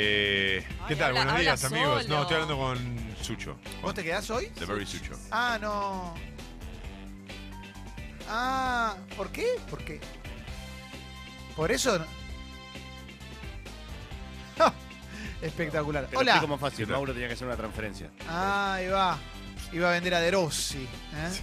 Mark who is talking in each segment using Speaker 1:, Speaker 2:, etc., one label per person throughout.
Speaker 1: Eh, ¿Qué
Speaker 2: Ay,
Speaker 1: tal?
Speaker 2: habla-
Speaker 1: Buenos días,
Speaker 2: habla
Speaker 1: amigos. No,
Speaker 2: solo.
Speaker 1: estoy hablando con Sucho.
Speaker 3: ¿Vos te quedás hoy?
Speaker 1: The Very Sucho.
Speaker 3: Ah, no. Ah, ¿por qué? ¿Por qué? Por eso. no- Ah, Espectacular.
Speaker 4: Te lo
Speaker 3: Hola.
Speaker 4: explico
Speaker 1: ¿Qué
Speaker 4: más fácil.
Speaker 1: tal?
Speaker 4: Mauro tenía que hacer una transferencia.
Speaker 3: Ah, ahí va. Iba a vender a De Rossi. ¿eh?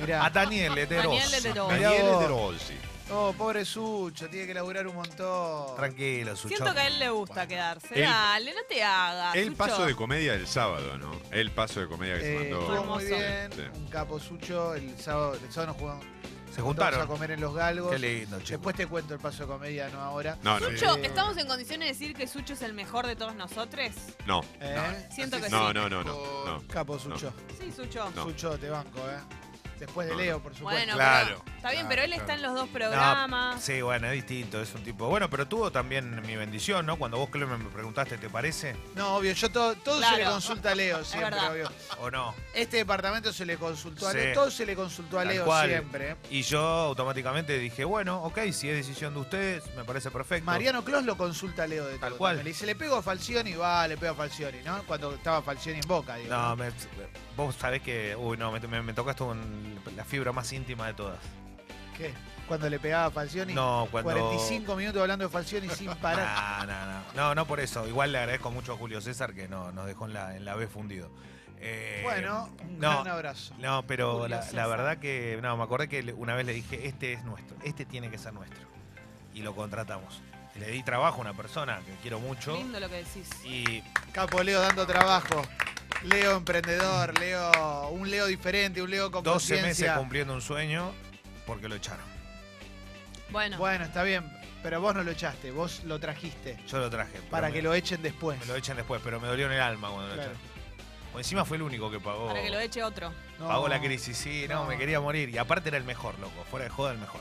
Speaker 3: Mirá.
Speaker 5: A Daniel Leteros.
Speaker 2: Daniel Leteros.
Speaker 5: Mirá
Speaker 1: Daniel
Speaker 3: vos.
Speaker 1: De Rossi.
Speaker 3: Oh, pobre Sucho, tiene que laburar un montón.
Speaker 5: Tranquilo, Sucho.
Speaker 2: Siento que a él le gusta
Speaker 5: Bueno.
Speaker 2: quedarse.
Speaker 1: El-
Speaker 2: Dale, no te hagas.
Speaker 1: El
Speaker 2: Ah, Sucho.
Speaker 1: paso de comedia del sábado, ¿no? El paso de comedia que
Speaker 3: Eh,
Speaker 1: se mandó.
Speaker 3: estuvo muy
Speaker 2: Hermoso.
Speaker 3: bien.
Speaker 1: Sí.
Speaker 3: Un capo Sucho. El sábado, el sábado nos jugamos
Speaker 5: Se
Speaker 3: todos a
Speaker 5: juntaron.
Speaker 3: comer en los galgos.
Speaker 5: Qué lindo, chicos.
Speaker 3: Después te cuento el paso de comedia, no ahora.
Speaker 1: No, eh, no,
Speaker 2: Sucho,
Speaker 3: Sí.
Speaker 2: ¿estamos en condiciones de decir que Sucho es el mejor de todos nosotros?
Speaker 1: no,
Speaker 3: ¿eh?
Speaker 2: Siento que
Speaker 1: no,
Speaker 2: sí.
Speaker 1: no, no, no, no.
Speaker 3: Capo Sucho.
Speaker 2: Sí, Sucho.
Speaker 1: No.
Speaker 3: Sucho, te banco, ¿eh? Después de
Speaker 1: No,
Speaker 3: Leo, por supuesto.
Speaker 2: Bueno,
Speaker 5: Claro.
Speaker 2: pero- está bien,
Speaker 5: Claro,
Speaker 2: pero él
Speaker 5: claro.
Speaker 2: está en los dos programas.
Speaker 5: Sí, bueno, es distinto, es un tipo. Bueno, pero tuvo también mi bendición, ¿no? Cuando vos, Clemen, me preguntaste, ¿te parece
Speaker 3: No, obvio, yo todo, todo
Speaker 2: Claro.
Speaker 3: se le consulta a Leo siempre,
Speaker 2: verdad.
Speaker 3: obvio.
Speaker 5: o no?
Speaker 3: Este departamento se le consultó a
Speaker 5: Sí.
Speaker 3: Leo, todo se le consultó a
Speaker 5: Tal
Speaker 3: Leo
Speaker 5: cual.
Speaker 3: siempre. ¿eh?
Speaker 5: Y yo automáticamente dije, bueno, ok, si es decisión de ustedes, me parece perfecto.
Speaker 3: Mariano Clos lo consulta a Leo de
Speaker 5: Tal
Speaker 3: todo
Speaker 5: cual.
Speaker 3: también. Le dice, le pego a Falcioni, va, le pego a Falcioni, ¿no? Cuando estaba Falcioni en Boca, digo.
Speaker 5: No, me- vos sabés que. Uy, no, me, me, me tocaste con la fibra más íntima de todas.
Speaker 3: ¿Qué? Cuando le pegaba a Falcioni.
Speaker 5: No, cuando. Ah,
Speaker 3: 45 minutos hablando de Falcioni sin parar.
Speaker 5: No, no, no. No, no por eso. Igual le agradezco mucho a Julio César que no, nos dejó en la, en la B fundido. Eh,
Speaker 3: bueno, un
Speaker 5: no,
Speaker 3: gran abrazo.
Speaker 5: no, pero
Speaker 2: Julio
Speaker 5: la, la
Speaker 2: César.
Speaker 5: verdad que. No, me acordé que le- una vez le dije, este es nuestro, este tiene que ser nuestro. Y lo contratamos. Le di trabajo a una persona que quiero mucho.
Speaker 2: Lindo lo que decís.
Speaker 5: Y
Speaker 3: Capo Leo dando trabajo. Leo emprendedor, Leo, un Leo diferente, un Leo con
Speaker 5: 12 meses
Speaker 3: conciencia.
Speaker 5: cumpliendo un sueño porque lo echaron.
Speaker 2: Bueno,
Speaker 3: Bueno, está bien, pero vos no lo echaste, vos lo trajiste
Speaker 5: Yo lo traje. pero
Speaker 3: para
Speaker 5: me-
Speaker 3: que lo echen después.
Speaker 5: Me lo echan después, pero me dolió en el alma cuando
Speaker 3: Claro.
Speaker 5: lo echaron. O encima fue el único que pagó.
Speaker 2: para que lo eche otro.
Speaker 3: No.
Speaker 5: Pagó la crisis, sí, no,
Speaker 3: No.
Speaker 5: me quería morir. Y aparte era el mejor, loco. Fuera de joda, el mejor.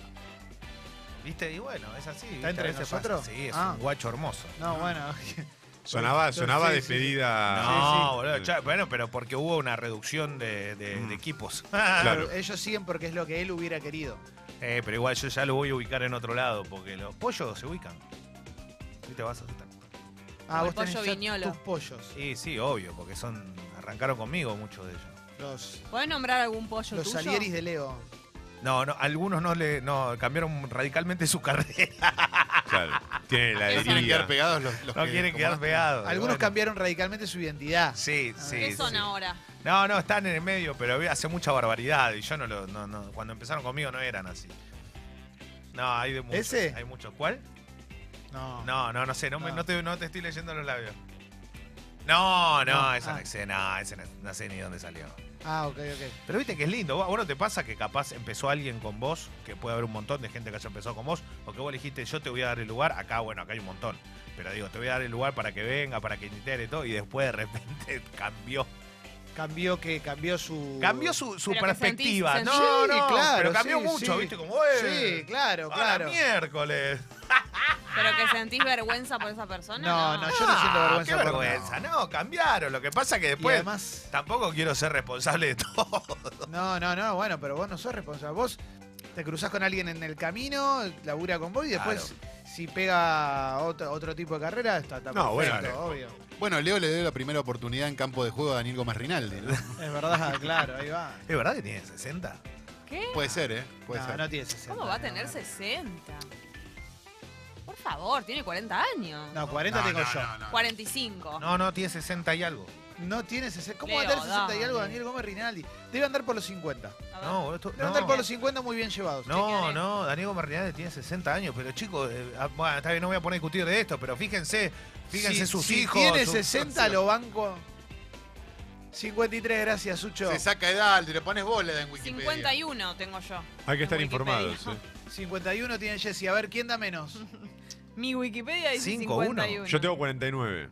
Speaker 5: ¿Viste? Y bueno, es así. ¿viste? A
Speaker 3: entre
Speaker 5: veces
Speaker 3: nosotros?
Speaker 5: pasa. Sí, es
Speaker 3: Ah.
Speaker 5: un guacho hermoso.
Speaker 3: No, bueno.
Speaker 1: Sonaba, sonaba
Speaker 3: Sí, sí.
Speaker 1: despedida.
Speaker 5: No,
Speaker 3: sí.
Speaker 5: Ah, boludo. ya- bueno, pero porque hubo una reducción de, de-
Speaker 1: Mm.
Speaker 5: de equipos.
Speaker 1: Claro.
Speaker 3: Pero Ellos siguen porque es lo que él hubiera querido.
Speaker 5: Eh, pero igual yo ya lo voy a ubicar en otro lado, porque los pollos se ubican. ¿Viste? te vas a aceptar.
Speaker 3: Ah,
Speaker 2: Como el
Speaker 3: vos tenés
Speaker 2: pollo
Speaker 3: ya
Speaker 2: viñolo.
Speaker 3: tus pollos.
Speaker 5: Sí, sí, obvio, porque son. arrancaron conmigo muchos de ellos.
Speaker 3: Los,
Speaker 2: ¿Podés nombrar algún pollo
Speaker 3: los
Speaker 2: tuyo?
Speaker 3: salieris de Leo.
Speaker 5: Ah, No, no, algunos no le. no, cambiaron radicalmente su carrera.
Speaker 1: Claro. Tiene la
Speaker 2: Quieren
Speaker 6: Quieren quedar
Speaker 1: herida.
Speaker 6: pegados los, los
Speaker 5: No
Speaker 6: que-
Speaker 5: quieren
Speaker 6: como
Speaker 5: quedar
Speaker 6: antes.
Speaker 5: pegados.
Speaker 3: Algunos
Speaker 5: bueno.
Speaker 3: cambiaron radicalmente su identidad.
Speaker 5: Sí,
Speaker 2: Ah,
Speaker 5: sí.
Speaker 2: ¿Qué
Speaker 5: sí.
Speaker 2: son ahora?
Speaker 5: No, no, están en el medio, pero había- hace mucha barbaridad. Y yo no lo. No, no, cuando empezaron conmigo no eran así. No, hay de muchos.
Speaker 3: ¿Ese?
Speaker 5: Hay muchos. ¿Cuál?
Speaker 3: No.
Speaker 5: No, no, no sé. No, me-
Speaker 3: No.
Speaker 5: no te, no te estoy leyendo los labios. No, no,
Speaker 3: No,
Speaker 5: esa
Speaker 3: ah.
Speaker 5: no sé, no, ese no, no sé ni dónde salió.
Speaker 3: Ah, ok, ok.
Speaker 5: Pero viste que es lindo. ¿Vos- ¿Vos no te pasa que capaz empezó alguien con vos? Que puede haber un montón de gente que haya empezado con vos. O que vos le dijiste, yo te voy a dar el lugar. Acá, bueno, acá hay un montón. Pero digo, te voy a dar el lugar para que venga, para que integre todo. Y después de repente cambió.
Speaker 3: Cambió que cambió su.
Speaker 5: Cambió su, su
Speaker 2: Pero que
Speaker 5: perspectiva.
Speaker 2: sentís-
Speaker 5: no,
Speaker 3: Uh. Sí,
Speaker 5: no,
Speaker 3: claro,
Speaker 5: pero cambió
Speaker 3: sí,
Speaker 5: mucho,
Speaker 3: sí.
Speaker 5: ¿viste? Como, eh,
Speaker 3: Sí, claro,
Speaker 5: ahora
Speaker 3: claro.
Speaker 5: miércoles.
Speaker 2: ¿Pero que sentís vergüenza por esa persona?
Speaker 3: No, no, yo no siento
Speaker 5: Ah,
Speaker 3: vergüenza.
Speaker 5: Qué
Speaker 3: por
Speaker 5: vergüenza.
Speaker 3: nada.
Speaker 5: No. cambiaron. Lo que pasa que
Speaker 3: Y
Speaker 5: después
Speaker 3: además.
Speaker 5: tampoco quiero ser responsable de todo.
Speaker 3: No, no, no, bueno, pero vos no sos responsable. Vos te cruzás con alguien en el camino, labura con vos y después, si pega otro, otro tipo de carrera, está, está
Speaker 1: No, bueno,
Speaker 3: perfecto, obvio.
Speaker 6: Bueno, Leo le dio la primera oportunidad en campo de juego a Daniel Gómez Rinaldi. ¿no?
Speaker 3: Es verdad, claro, ahí va.
Speaker 5: ¿Es verdad que tiene 60?
Speaker 2: ¿Qué?
Speaker 6: Puede ser, ¿eh? Puede
Speaker 3: no,
Speaker 6: ser.
Speaker 3: no tiene 60.
Speaker 2: ¿Cómo va a
Speaker 3: no,
Speaker 2: tener
Speaker 3: no.
Speaker 2: 60? Por favor, tiene 40 años.
Speaker 3: No, 40
Speaker 6: No,
Speaker 3: tengo
Speaker 6: no,
Speaker 3: yo. No,
Speaker 6: no, no.
Speaker 2: 45.
Speaker 5: No, no, tiene 60 y algo.
Speaker 3: tiene 60. ¿Cómo va a
Speaker 2: Leo,
Speaker 3: tener 60 y algo
Speaker 2: dale.
Speaker 3: Daniel Gómez Rinaldi? Debe andar por los 50.
Speaker 2: A ver.
Speaker 5: No, boludo, esto-
Speaker 3: Debe
Speaker 5: no.
Speaker 3: andar por los 50 muy bien llevados.
Speaker 5: No,
Speaker 2: Chequeale.
Speaker 5: no, Daniel Marrinales tiene 60 años, pero chicos, eh, ah, bueno, está bien, no voy a poner a discutir de esto, pero fíjense, fíjense
Speaker 3: Si-
Speaker 5: sus
Speaker 3: si
Speaker 5: hijos.
Speaker 3: tiene
Speaker 5: sus-
Speaker 3: 60, lo banco. 53, gracias, Sucho.
Speaker 6: Se saca edad, le pones bola en Wikipedia.
Speaker 2: 51 tengo yo.
Speaker 1: Hay que estar
Speaker 2: En Wikipedia.
Speaker 1: informados. ¿eh?
Speaker 3: 51 tiene Jessy. A ver, ¿quién da menos?
Speaker 2: Mi Wikipedia dice
Speaker 5: Cinco, uno.
Speaker 2: 51.
Speaker 1: Yo tengo 49.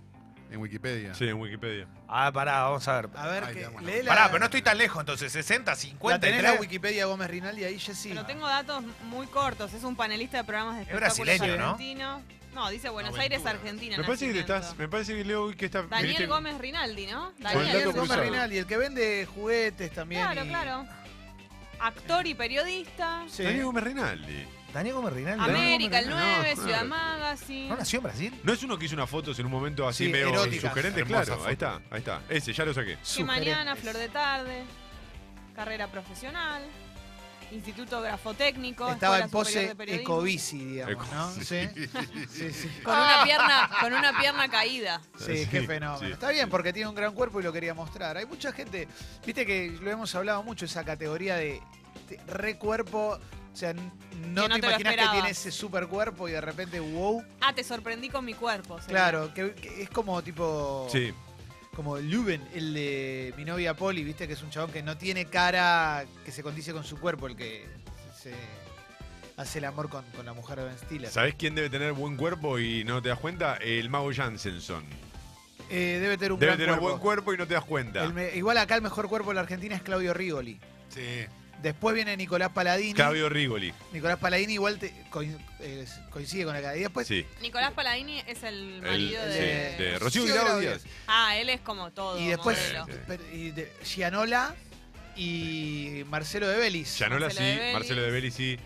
Speaker 6: En Wikipedia.
Speaker 1: Sí, en Wikipedia.
Speaker 5: Ah, pará, vamos a ver.
Speaker 3: A ver,
Speaker 6: Ahí
Speaker 3: que-
Speaker 6: tenemos la-
Speaker 3: lee la-
Speaker 5: Pará, pero no estoy tan lejos, entonces 60,
Speaker 3: La
Speaker 5: 50,
Speaker 3: tenés la Wikipedia Gómez Rinaldi ahí, Jessy.
Speaker 2: Pero tengo datos muy cortos. Es un panelista de programas de
Speaker 5: Es
Speaker 2: espectáculos
Speaker 5: brasileño, ¿no?
Speaker 2: argentinos. ¿no? dice Buenos
Speaker 6: Aventura.
Speaker 2: Aires, Argentina.
Speaker 1: Me parece que te
Speaker 2: nacimiento.
Speaker 1: estás. Me parece que leo hoy que está.
Speaker 2: Daniel
Speaker 1: viste-
Speaker 2: Gómez Rinaldi, ¿no?
Speaker 1: el
Speaker 3: Daniel
Speaker 1: dato
Speaker 3: Gómez
Speaker 1: cruzado.
Speaker 3: Rinaldi, el que vende juguetes también.
Speaker 2: Claro,
Speaker 3: y-
Speaker 2: claro. Actor y periodista.
Speaker 3: Sí.
Speaker 1: Daniel Gómez Rinaldi.
Speaker 5: Daniel Gómez
Speaker 2: Ah,
Speaker 5: Rinaldi.
Speaker 2: América, el
Speaker 1: no,
Speaker 2: 9,
Speaker 1: no.
Speaker 2: Ciudad
Speaker 5: ¿No
Speaker 2: Magazine.
Speaker 5: nació en Brasil?
Speaker 1: ¿No es uno que hizo unas fotos en un momento así
Speaker 3: Sí,
Speaker 1: medio
Speaker 3: eróticas.
Speaker 1: sugerente?
Speaker 6: Hermosa
Speaker 1: Claro,
Speaker 6: foto.
Speaker 1: ahí está, ahí está. Ese, ya lo saqué.
Speaker 2: Que
Speaker 5: eh.
Speaker 2: mañana,
Speaker 3: Sugerentes.
Speaker 2: Flor de Tarde. Carrera profesional. Instituto Grafotécnico.
Speaker 3: Estaba
Speaker 2: Escuela
Speaker 3: en pose
Speaker 2: Superior de Periodismo.
Speaker 3: ecobici, digamos, ¿no?
Speaker 1: Ecobici.
Speaker 3: Sí, sí, sí.
Speaker 2: Con
Speaker 5: Ah.
Speaker 2: una pierna, con una pierna caída.
Speaker 3: Sí, qué
Speaker 1: Sí,
Speaker 3: fenómeno.
Speaker 1: sí,
Speaker 3: Está bien,
Speaker 1: sí.
Speaker 3: porque tiene un gran cuerpo y lo quería mostrar. Hay mucha gente, viste que lo hemos hablado mucho, esa categoría de te- re cuerpo. O sea, n- no,
Speaker 2: Que no
Speaker 3: te,
Speaker 2: te lo
Speaker 3: imaginas que
Speaker 2: esperabas.
Speaker 3: tiene ese super cuerpo y de repente, wow.
Speaker 2: Ah, te sorprendí con mi cuerpo. sería.
Speaker 3: Claro, que, que es como tipo.
Speaker 1: Sí,
Speaker 3: Como Luben, el de mi novia Poli, viste que es un chabón que no tiene cara que se condice con su cuerpo, el que se hace el amor con, con la mujer de Ben Stiller.
Speaker 1: ¿sabés quién debe tener buen cuerpo y no te das cuenta? El mago Jansenson.
Speaker 3: Eh, debe tener un
Speaker 1: Debe
Speaker 3: gran
Speaker 1: tener buen
Speaker 3: cuerpo.
Speaker 1: cuerpo y no te das cuenta.
Speaker 3: El me- igual acá el mejor cuerpo de la Argentina es Claudio Rigoli.
Speaker 6: Sí.
Speaker 3: Después viene Nicolás Paladini.
Speaker 1: Claudio Rigoli.
Speaker 3: Nicolás Paladini igual te- co- eh, coincide con acá. Y después
Speaker 1: Sí.
Speaker 2: Nicolás Paladini es el
Speaker 1: El-
Speaker 2: marido
Speaker 1: sí,
Speaker 2: de...
Speaker 1: de Rocío Guirao Díaz.
Speaker 2: Ah, él es como todo.
Speaker 3: Y después
Speaker 2: modelo.
Speaker 1: Sí, sí.
Speaker 3: pero- y de- Gianola y Marcelo de Vélez.
Speaker 1: Yanola sí,
Speaker 2: Marcelo de Belli.
Speaker 1: Marcelo de Belli sí.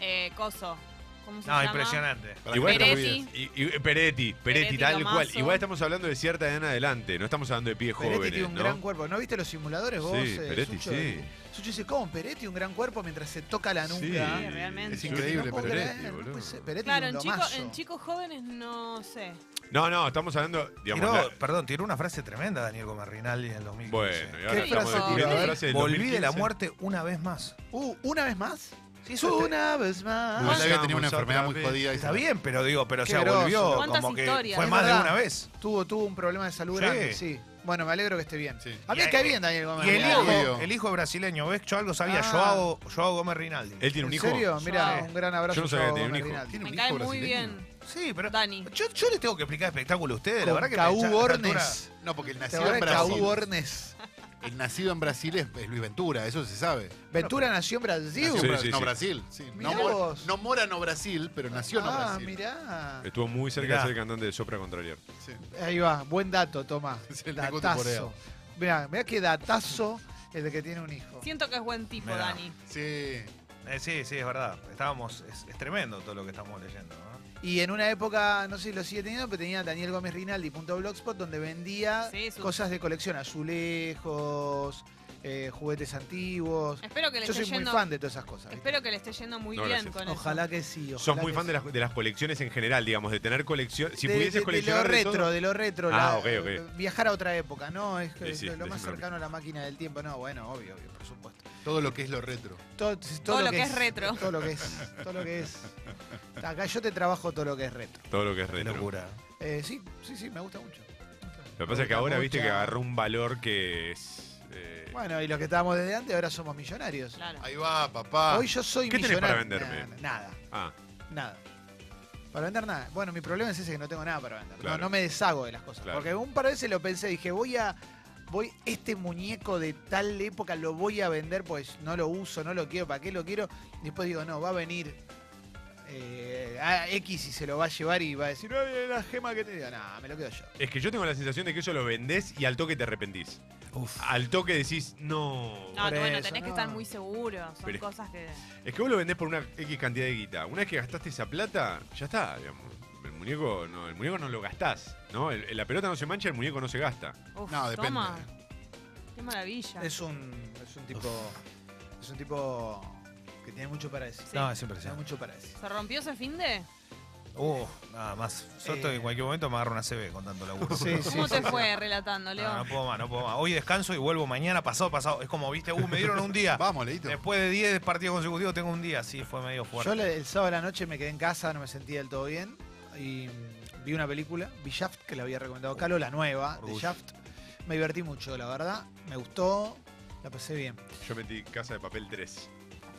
Speaker 2: Eh, Coso. ¿Cómo se
Speaker 5: No,
Speaker 2: llama?
Speaker 5: impresionante.
Speaker 6: Para
Speaker 1: Igual
Speaker 6: que no
Speaker 2: Peretti.
Speaker 6: lo olvides.
Speaker 1: Y, y- Peretti, Peretti,
Speaker 2: Peretti,
Speaker 1: tal
Speaker 2: Domazo.
Speaker 1: cual. Igual estamos hablando de cierta edad en adelante, no estamos hablando de pies
Speaker 3: Peretti
Speaker 1: jóvenes,
Speaker 3: tiene un
Speaker 1: ¿no?
Speaker 3: gran cuerpo. ¿No viste los simuladores vos?
Speaker 1: sí,
Speaker 3: eh,
Speaker 1: Peretti,
Speaker 3: Sucho?
Speaker 1: sí.
Speaker 3: Sucho dice, ¿cómo? Peretti, un gran cuerpo mientras se toca la nuca.
Speaker 1: Sí,
Speaker 2: Sí, realmente.
Speaker 6: Es
Speaker 3: Yo
Speaker 6: increíble,
Speaker 3: no puedo
Speaker 6: Peretti,
Speaker 3: creer, no
Speaker 1: boludo.
Speaker 3: puede ser. Peretti
Speaker 2: Claro,
Speaker 3: es un
Speaker 2: en, chico-
Speaker 3: domazo.
Speaker 2: en chicos jóvenes no sé.
Speaker 1: No, no, estamos hablando, digamos,
Speaker 5: Tiró-
Speaker 1: la-
Speaker 5: perdón, tiró una frase tremenda Daniel Gómez Rinaldi en el 2015.
Speaker 1: bueno, y ahora
Speaker 3: Qué
Speaker 1: estamos
Speaker 3: frase
Speaker 1: descubriendo
Speaker 3: tirada, ¿eh?
Speaker 1: frases del
Speaker 5: Volví de la
Speaker 1: 2015.
Speaker 5: muerte una vez más.
Speaker 3: Uh, ¿una vez más?
Speaker 5: Sí, eso está-
Speaker 3: Una vez más.
Speaker 6: Igual había tenido una
Speaker 1: Estamos
Speaker 6: enfermedad muy
Speaker 1: otra vez.
Speaker 6: jodida. y
Speaker 5: Está
Speaker 6: se-
Speaker 5: bien, pero digo, pero o
Speaker 3: Qué
Speaker 5: sea,
Speaker 3: groso.
Speaker 5: volvió
Speaker 2: ¿Cuántas
Speaker 5: como que
Speaker 2: historias?
Speaker 5: fue
Speaker 3: Es
Speaker 5: más de
Speaker 3: verdad.
Speaker 5: una vez.
Speaker 3: Tuvo, tuvo un problema de salud
Speaker 5: Sí.
Speaker 3: grande, sí. Bueno, me alegro que esté bien.
Speaker 6: Sí.
Speaker 3: A mí
Speaker 5: Y
Speaker 3: me cae
Speaker 5: hay-
Speaker 3: bien Daniel Gómez.
Speaker 5: Y el
Speaker 6: Mirá,
Speaker 5: hijo,
Speaker 6: obvio.
Speaker 5: el hijo brasileño, ¿ves? Yo algo sabía,
Speaker 3: Ah.
Speaker 5: yo hago, yo hago Gómez Rinaldi.
Speaker 1: Él tiene un
Speaker 3: ¿En
Speaker 1: hijo.
Speaker 3: serio? Mira,
Speaker 5: Sí.
Speaker 3: un gran abrazo.
Speaker 1: Yo no sabía que
Speaker 3: Gustavo
Speaker 1: tenía un hijo.
Speaker 3: Cardinal.
Speaker 6: Tiene un
Speaker 2: Me
Speaker 6: hijo
Speaker 2: cae muy
Speaker 6: brasileño.
Speaker 2: bien.
Speaker 5: Sí, pero
Speaker 2: Dani.
Speaker 5: yo, yo les tengo que explicar espectáculo a ustedes, la
Speaker 3: Con
Speaker 5: verdad que
Speaker 3: Caú
Speaker 5: a esta altura-
Speaker 3: Bornes.
Speaker 6: No, porque el
Speaker 3: ¿Te
Speaker 6: nacido en
Speaker 3: acordás de Caú
Speaker 6: Brasil.
Speaker 3: Bornes?
Speaker 6: El nacido en Brasil es, es Luis Ventura, eso se sabe.
Speaker 3: Ventura nació en Brasil.
Speaker 6: Nació en
Speaker 1: Sí,
Speaker 6: Bra-
Speaker 1: sí,
Speaker 6: no
Speaker 1: sí.
Speaker 6: Brasil. sí. No,
Speaker 3: Mirá
Speaker 6: mora,
Speaker 3: vos.
Speaker 6: no mora, no Brasil, pero nació no
Speaker 3: Ah,
Speaker 6: Brasil.
Speaker 3: mirá.
Speaker 1: Estuvo muy cerca
Speaker 5: Mirá.
Speaker 1: de ser el cantante de Sopra Contrariar.
Speaker 6: Sí.
Speaker 3: Ahí va, buen dato, Tomás.
Speaker 6: Es el Nico Tuporea.
Speaker 3: Datazo. Mirá, mirá qué datazo el de que tiene un hijo.
Speaker 2: Siento que es buen tipo,
Speaker 5: Mirá.
Speaker 2: Dani.
Speaker 6: Sí.
Speaker 5: Eh, sí, sí, es verdad. Estábamos, es, es tremendo todo lo que estamos leyendo. ¿no?
Speaker 3: Y en una época, no sé si lo sigue teniendo, pero tenía Daniel Gómez Rinaldi.blogspot, donde vendía
Speaker 2: Sí, sus-
Speaker 3: cosas de colección, azulejos, eh, juguetes antiguos.
Speaker 2: Espero que le
Speaker 3: Yo
Speaker 2: esté
Speaker 3: soy muy
Speaker 2: yendo.
Speaker 3: fan de todas esas cosas. ¿viste?
Speaker 2: Espero que le esté yendo muy
Speaker 1: No,
Speaker 2: bien
Speaker 1: gracias.
Speaker 2: con
Speaker 3: Ojalá
Speaker 2: eso.
Speaker 3: que sí. Ojalá
Speaker 1: Sos muy
Speaker 3: que
Speaker 1: fan
Speaker 3: sí.
Speaker 1: de las, de las colecciones en general, digamos, de tener colección. Si
Speaker 3: de, de-
Speaker 1: pudieses
Speaker 3: de lo
Speaker 1: coleccionar de
Speaker 3: retro,
Speaker 1: todo-
Speaker 3: de lo retro.
Speaker 1: Ah,
Speaker 3: la-
Speaker 1: ok, ok.
Speaker 3: Viajar a otra época, ¿no? Es, que
Speaker 1: Sí, sí,
Speaker 3: es lo más
Speaker 1: decime lo
Speaker 3: cercano a la máquina del tiempo. No, bueno, obvio, obvio, por supuesto.
Speaker 6: Todo lo que es lo retro.
Speaker 3: Todo,
Speaker 2: Todo lo que es retro.
Speaker 3: Todo lo que es. Todo lo que es. Acá yo te trabajo todo lo que es retro.
Speaker 1: todo lo que es
Speaker 5: Qué
Speaker 1: retro.
Speaker 5: locura.
Speaker 3: Eh, sí, sí, sí, me gusta mucho.
Speaker 1: Lo que pasa es que ahora viste que
Speaker 3: Mucha-
Speaker 1: agarró un valor que es. eh,
Speaker 3: Bueno, y los que estábamos desde antes ahora somos millonarios.
Speaker 2: Claro.
Speaker 6: Ahí va, papá.
Speaker 3: Hoy yo soy
Speaker 1: Ah, ¿Qué tenés para
Speaker 3: millonario.
Speaker 1: venderme?
Speaker 3: Nada,
Speaker 1: ah,
Speaker 3: nada. Para vender nada. Bueno, mi problema es ese que no tengo nada para vender. No,
Speaker 1: Claro.
Speaker 3: No, me deshago de las cosas.
Speaker 1: Claro.
Speaker 3: Porque un par de veces lo pensé, dije, voy a. Voy, este muñeco de tal época lo voy a vender pues no lo uso, no lo quiero, ¿para qué lo quiero? Y después digo, no, va a venir eh, a X y se lo va a llevar y va a decir, "Ay, la gema que te digo, no, me lo quedo yo.
Speaker 1: es que yo tengo la sensación de que eso lo vendés y al toque te arrepentís.
Speaker 5: Uf.
Speaker 1: Al toque decís, no.
Speaker 2: No,
Speaker 3: Por
Speaker 2: bueno,
Speaker 3: eso,
Speaker 2: tenés que
Speaker 3: no.
Speaker 2: estar muy seguro. Son
Speaker 1: Pero-
Speaker 2: cosas que.
Speaker 1: Es que vos lo vendés por una X cantidad de guita. Una vez que gastaste esa plata, ya está, digamos. El muñeco no, el muñeco no lo gastás, ¿no? El- la pelota no se mancha, el muñeco no se gasta.
Speaker 2: Uf,
Speaker 6: No, depende.
Speaker 2: Toma. Qué maravilla.
Speaker 3: Es un, es un tipo. Es un tipo que tiene mucho para decir.
Speaker 2: Sí.
Speaker 5: No, es
Speaker 3: Tiene
Speaker 5: impresionante.
Speaker 3: mucho para decir.
Speaker 2: ¿Se rompió ese fin de?
Speaker 5: Uh, nada más. Yo estoy
Speaker 3: Eh.
Speaker 5: en cualquier momento me agarro una CB con tanto laburo.
Speaker 3: Sí, sí.
Speaker 2: ¿Cómo te fue relatando,
Speaker 5: No,
Speaker 2: Leo?
Speaker 5: no puedo más, no puedo más. Hoy descanso y vuelvo mañana, pasado, pasado. Es como, viste, uh, me dieron un día.
Speaker 6: Vamos, Leito.
Speaker 5: Después de 10 partidos consecutivos tengo un día. Sí, fue medio fuerte.
Speaker 3: Yo la- el sábado a la noche me quedé en casa, no me sentía del todo bien. Y mm, vi una película, vi Shaft, que la había recomendado Calo, la nueva de
Speaker 5: Orgullo.
Speaker 3: Shaft. Me divertí mucho, la verdad. Me gustó, la pasé bien.
Speaker 1: Yo metí Casa de Papel 3.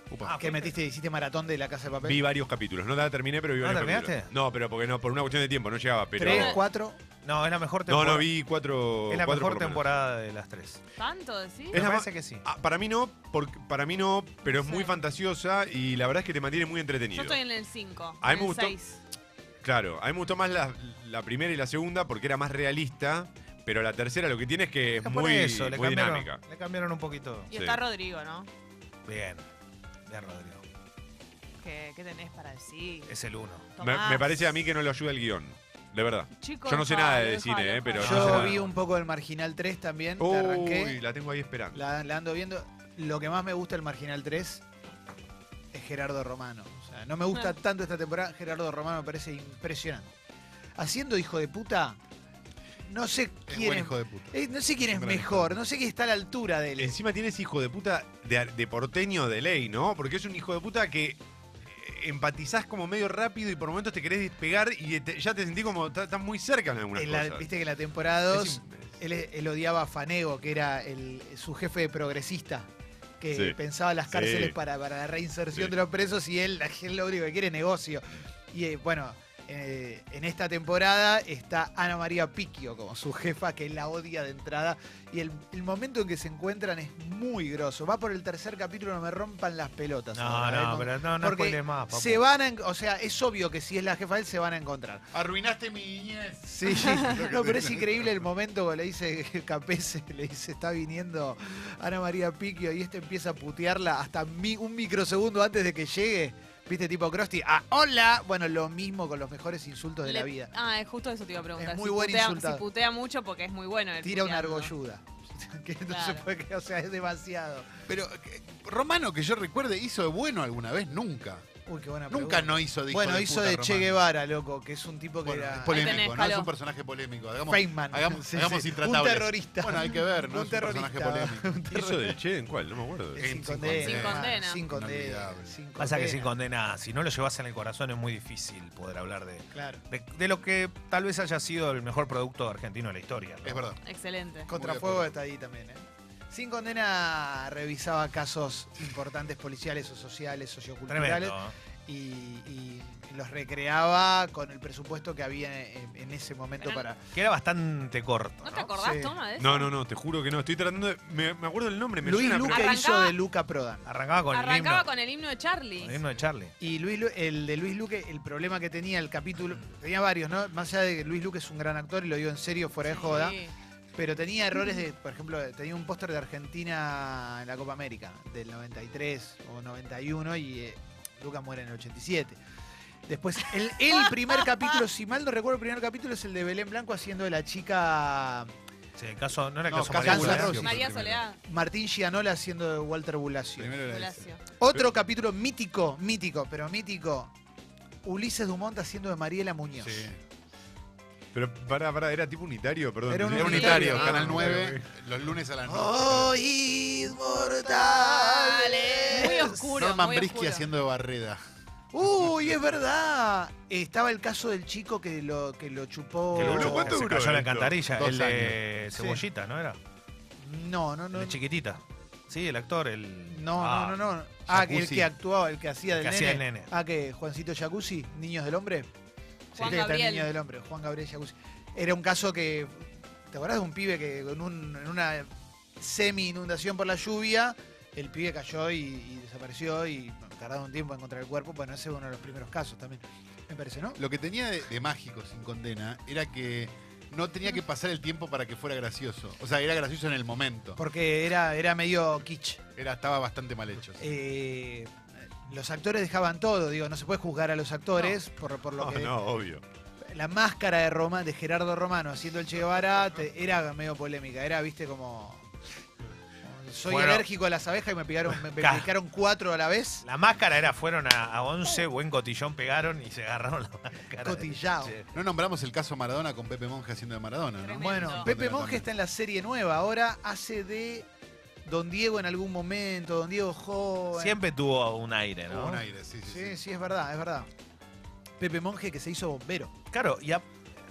Speaker 6: Upa.
Speaker 5: Ah,
Speaker 3: ¿Qué metiste? ¿Hiciste maratón de la casa de papel?
Speaker 1: Vi varios capítulos. No la terminé, pero vi
Speaker 5: ¿No
Speaker 1: varios
Speaker 5: terminaste?
Speaker 1: capítulos. No, pero porque no, por una cuestión de tiempo, no llegaba, pero.
Speaker 3: Tres, cuatro.
Speaker 5: No, es la mejor
Speaker 1: no,
Speaker 5: temporada.
Speaker 1: no, vi cuatro.
Speaker 5: Es la
Speaker 1: cuatro por
Speaker 5: mejor
Speaker 1: lo menos.
Speaker 5: temporada de las tres.
Speaker 2: ¿Tanto decís?
Speaker 1: Es
Speaker 5: Me
Speaker 1: la
Speaker 5: parece que sí.
Speaker 1: Ah, para mí no, porque- para mí no, pero es muy
Speaker 2: Sí.
Speaker 1: fantasiosa y la verdad es que te mantiene muy
Speaker 2: Yo
Speaker 1: entretenido.
Speaker 2: estoy en el 5.
Speaker 1: A mí me
Speaker 2: en el
Speaker 1: gustó.
Speaker 2: 6.
Speaker 1: Claro, a mí me gustó más la, la primera y la segunda porque era más realista, pero la tercera lo que tiene es que es
Speaker 5: Por
Speaker 1: muy,
Speaker 5: eso, le
Speaker 1: muy
Speaker 5: cambiaron,
Speaker 1: dinámica.
Speaker 5: Le cambiaron un poquito.
Speaker 2: Y
Speaker 1: Sí.
Speaker 2: está Rodrigo, ¿no?
Speaker 5: Bien. Bien, Rodrigo.
Speaker 2: Jorge, ¿qué tenés para decir?
Speaker 5: Es el uno.
Speaker 1: Me,
Speaker 2: Tomás.
Speaker 1: me parece a mí que no lo ayuda el guión. De verdad.
Speaker 2: Chicos,
Speaker 1: yo no sé nada de
Speaker 2: déjalo,
Speaker 1: cine, eh,
Speaker 2: déjalo.
Speaker 1: pero
Speaker 5: no sé
Speaker 3: Yo
Speaker 5: nada.
Speaker 3: vi un poco del Marginal 3 también, la
Speaker 1: Uy,
Speaker 3: arranqué,
Speaker 1: la tengo ahí esperando.
Speaker 3: la, la ando viendo. Lo que más me gusta del Marginal 3 es Gerardo Romano. O sea, no me gusta
Speaker 2: Ah.
Speaker 3: tanto esta temporada, Gerardo Romano me parece impresionante. Haciendo hijo de puta, no sé
Speaker 6: Es
Speaker 3: quién
Speaker 6: buen
Speaker 3: es,
Speaker 6: hijo de puta.
Speaker 3: eh, no sé quién es
Speaker 6: Un gran
Speaker 3: mejor, no sé quién está a la altura de él.
Speaker 1: Encima tienes hijo de puta de, ar- de porteño de ley, ¿no? Porque es un hijo de puta que eh, empatizás como medio rápido y por momentos te querés despegar y te- ya te sentí como ta- estás muy cerca en algunas
Speaker 3: En la-
Speaker 1: cosas.
Speaker 3: Viste que en la temporada
Speaker 1: Es
Speaker 3: 2
Speaker 1: im- es-
Speaker 3: él, él odiaba a Fanego, que era el- su jefe de progresista, que
Speaker 1: Sí.
Speaker 3: pensaba las
Speaker 1: Sí.
Speaker 3: cárceles para, para la reinserción
Speaker 1: Sí.
Speaker 3: de los presos y él, él lo único que quiere es negocio. Y eh, bueno, eh, en esta temporada está Ana María Picchio como su jefa, que la odia de entrada. Y el, el momento en que se encuentran es muy grosso. Va por el tercer capítulo, no me rompan las pelotas.
Speaker 5: No,
Speaker 3: ahora,
Speaker 5: no,
Speaker 3: ¿eh?
Speaker 5: pero no, no
Speaker 3: Porque
Speaker 5: spoilees más, papu.
Speaker 3: se van a, en- o sea, es obvio que si es la jefa de él se van a encontrar.
Speaker 6: Arruinaste mi niñez.
Speaker 3: Sí, no, pero es increíble el momento cuando le dice Capese, le dice, está viniendo Ana María Piquio y este empieza a putearla hasta mi- un microsegundo antes de que llegue. ¿Viste? Tipo Krusty, ah, hola. Bueno, lo mismo con los mejores insultos de
Speaker 2: Le-
Speaker 3: la vida.
Speaker 2: Ah, es justo eso te iba a preguntar.
Speaker 3: Es muy
Speaker 2: si,
Speaker 3: buen
Speaker 2: putea,
Speaker 3: insultado.
Speaker 2: si putea mucho porque es muy bueno. el
Speaker 3: Tira una
Speaker 2: puteando.
Speaker 3: argolluda. Que no se
Speaker 2: Claro.
Speaker 3: puede creer, o sea, es demasiado.
Speaker 6: Pero eh, Romano, que yo recuerde, hizo de bueno alguna vez, nunca.
Speaker 3: Uy, qué buena
Speaker 6: Nunca
Speaker 3: pregunta.
Speaker 6: no hizo de hijo
Speaker 3: bueno,
Speaker 6: de
Speaker 3: hizo
Speaker 6: puta,
Speaker 3: de
Speaker 6: Romano.
Speaker 3: Che Guevara, loco, que es un tipo que
Speaker 6: Bueno, es
Speaker 3: era
Speaker 2: Ahí tenés,
Speaker 6: polémico, ¿no? Es
Speaker 2: Caló.
Speaker 6: un personaje polémico. Hagamos,
Speaker 3: Feynman.
Speaker 6: hagamos,
Speaker 3: Sí,
Speaker 6: hagamos
Speaker 3: sí. Un
Speaker 6: intratables.
Speaker 3: terrorista.
Speaker 6: Bueno, hay que ver, ¿no?
Speaker 3: Un
Speaker 6: es un personaje
Speaker 3: terrorista.
Speaker 6: polémico.
Speaker 1: ¿Eso del Che en cuál? No me acuerdo.
Speaker 3: Es sin
Speaker 6: Sin
Speaker 3: condena.
Speaker 2: condena.
Speaker 3: Sin condena.
Speaker 6: Inolvidable.
Speaker 3: sin
Speaker 5: Pasa que sin
Speaker 3: condena,
Speaker 5: condena, si no lo llevas en el corazón es muy difícil poder hablar de,
Speaker 3: Claro.
Speaker 5: de, de lo que tal vez haya sido el mejor producto argentino de la historia. ¿no?
Speaker 6: Es verdad.
Speaker 2: Excelente.
Speaker 3: Contrafuego está ahí también, ¿eh? Sin condena revisaba casos importantes policiales o sociales, socioculturales,
Speaker 5: Tremendo. ¿eh?
Speaker 3: y, y los recreaba con el presupuesto que había en, en ese momento
Speaker 2: Pero-
Speaker 3: para...
Speaker 5: Que era bastante corto.
Speaker 2: ¿No te
Speaker 5: ¿no?
Speaker 2: acordás,
Speaker 3: Sí.
Speaker 2: Toma, de eso?
Speaker 1: No, no, no, te juro que no. Estoy tratando de. Me, me acuerdo el nombre, me
Speaker 3: Luis
Speaker 1: suena,
Speaker 3: Luque
Speaker 1: pero-
Speaker 2: Arrancaba-
Speaker 3: hizo de Luca Prodan.
Speaker 5: Arrancaba con el
Speaker 2: Arrancaba
Speaker 5: himno.
Speaker 2: con el himno de Charlie.
Speaker 5: el himno de Charlie.
Speaker 3: Y Luis, Lu- el de Luis Luque, el problema que tenía el capítulo, tenía varios, ¿no? Más allá de que Luis Luque es un gran actor, y lo digo en serio, fuera de joda,
Speaker 2: Sí.
Speaker 3: pero tenía errores de, por ejemplo, tenía un póster de Argentina en la Copa América, del 93 o 91, y eh, Lucas muere en el 87. Después, el, el primer capítulo, si mal no recuerdo, el primer capítulo es el de Belén Blanco haciendo de la chica
Speaker 5: Sí, el caso, no era el
Speaker 6: No,
Speaker 5: caso
Speaker 6: caso
Speaker 5: María
Speaker 3: Bulacio.
Speaker 5: Bulacio.
Speaker 2: María
Speaker 6: primero.
Speaker 2: Soledad.
Speaker 3: Martín Gianola haciendo de Walter Bulacio.
Speaker 6: Primero era ese.
Speaker 2: Palacio.
Speaker 3: Otro capítulo mítico, mítico, pero mítico. Ulises Dumont haciendo de Mariela Muñoz.
Speaker 6: Sí.
Speaker 1: Pero pará, pará, era tipo unitario, perdón.
Speaker 3: Era un
Speaker 6: Era
Speaker 3: unitario,
Speaker 6: unitario,
Speaker 2: ah,
Speaker 6: Canal
Speaker 1: ok,
Speaker 6: 9,
Speaker 1: ok.
Speaker 6: los lunes a las 9.
Speaker 3: Ah, ¡Oh, Oíd mortales.
Speaker 2: Muy oscuro.
Speaker 6: Norman
Speaker 2: muy
Speaker 6: Brisky
Speaker 2: oscuro.
Speaker 6: haciendo de barreda.
Speaker 3: Uy, es verdad. Estaba el caso del chico que lo, que lo chupó.
Speaker 1: Que lo duró,
Speaker 5: Que
Speaker 1: ¿cuánto
Speaker 5: se
Speaker 1: duró
Speaker 5: cayó en la
Speaker 1: esto?
Speaker 5: alcantarilla.
Speaker 6: Dos
Speaker 5: El de
Speaker 3: Sí.
Speaker 5: Cebollita, ¿no era?
Speaker 3: No, no,
Speaker 5: El
Speaker 3: no.
Speaker 5: de Chiquitita. Sí, el actor, el...
Speaker 3: No,
Speaker 5: Ah,
Speaker 3: no, no, no. Ah, que el
Speaker 6: Jacuzzi.
Speaker 3: que actuaba, el que hacía
Speaker 5: El
Speaker 3: del
Speaker 5: que
Speaker 3: nene.
Speaker 5: hacía el nene.
Speaker 3: Ah, que Juancito Jacuzzi, Niños del Hombre.
Speaker 2: Juan
Speaker 3: Viste que está el
Speaker 2: Gabriel.
Speaker 3: Niño del Hombre, Juan Gabriel Jacuzzi. Era un caso que. ¿Te acordás de un pibe que en, un- en una semi-inundación por la lluvia, el pibe cayó y, y desapareció y tardaron un tiempo en encontrar el cuerpo? Bueno, ese es uno de los primeros casos también, me parece, ¿no?
Speaker 6: Lo que tenía de, de mágico sin condena era que no tenía que pasar el tiempo para que fuera gracioso. O sea, era gracioso en el momento.
Speaker 3: Porque era, era medio kitsch.
Speaker 6: Era, estaba bastante mal hecho. sí.
Speaker 3: Eh, los actores dejaban todo, digo, no se puede juzgar a los actores por, por lo
Speaker 1: No,
Speaker 3: que.
Speaker 1: no, obvio.
Speaker 3: La máscara de Roma, de Gerardo Romano haciendo el Che Guevara te- era medio polémica, era, viste, como. como, Soy
Speaker 5: Bueno.
Speaker 3: alérgico a las abejas y me picaron, me, me
Speaker 5: Ca-
Speaker 3: picaron cuatro a la vez.
Speaker 5: La máscara era, fueron a, a 11, buen cotillón pegaron y se agarraron la máscara.
Speaker 3: Cotillao.
Speaker 5: Sí.
Speaker 6: No nombramos el caso Maradona con Pepe Monge haciendo de Maradona, ¿no?
Speaker 2: Tremendo.
Speaker 3: Bueno,
Speaker 2: Tremendo.
Speaker 3: Pepe Monge está en la serie nueva, ahora hace de Don Diego en algún momento, Don Diego joven.
Speaker 5: Siempre tuvo un aire, ¿no?
Speaker 6: Hubo un aire, sí, sí.
Speaker 3: Sí,
Speaker 6: sí.
Speaker 3: sí, es verdad, es verdad. Pepe Monge que se hizo bombero.
Speaker 5: Claro, y a-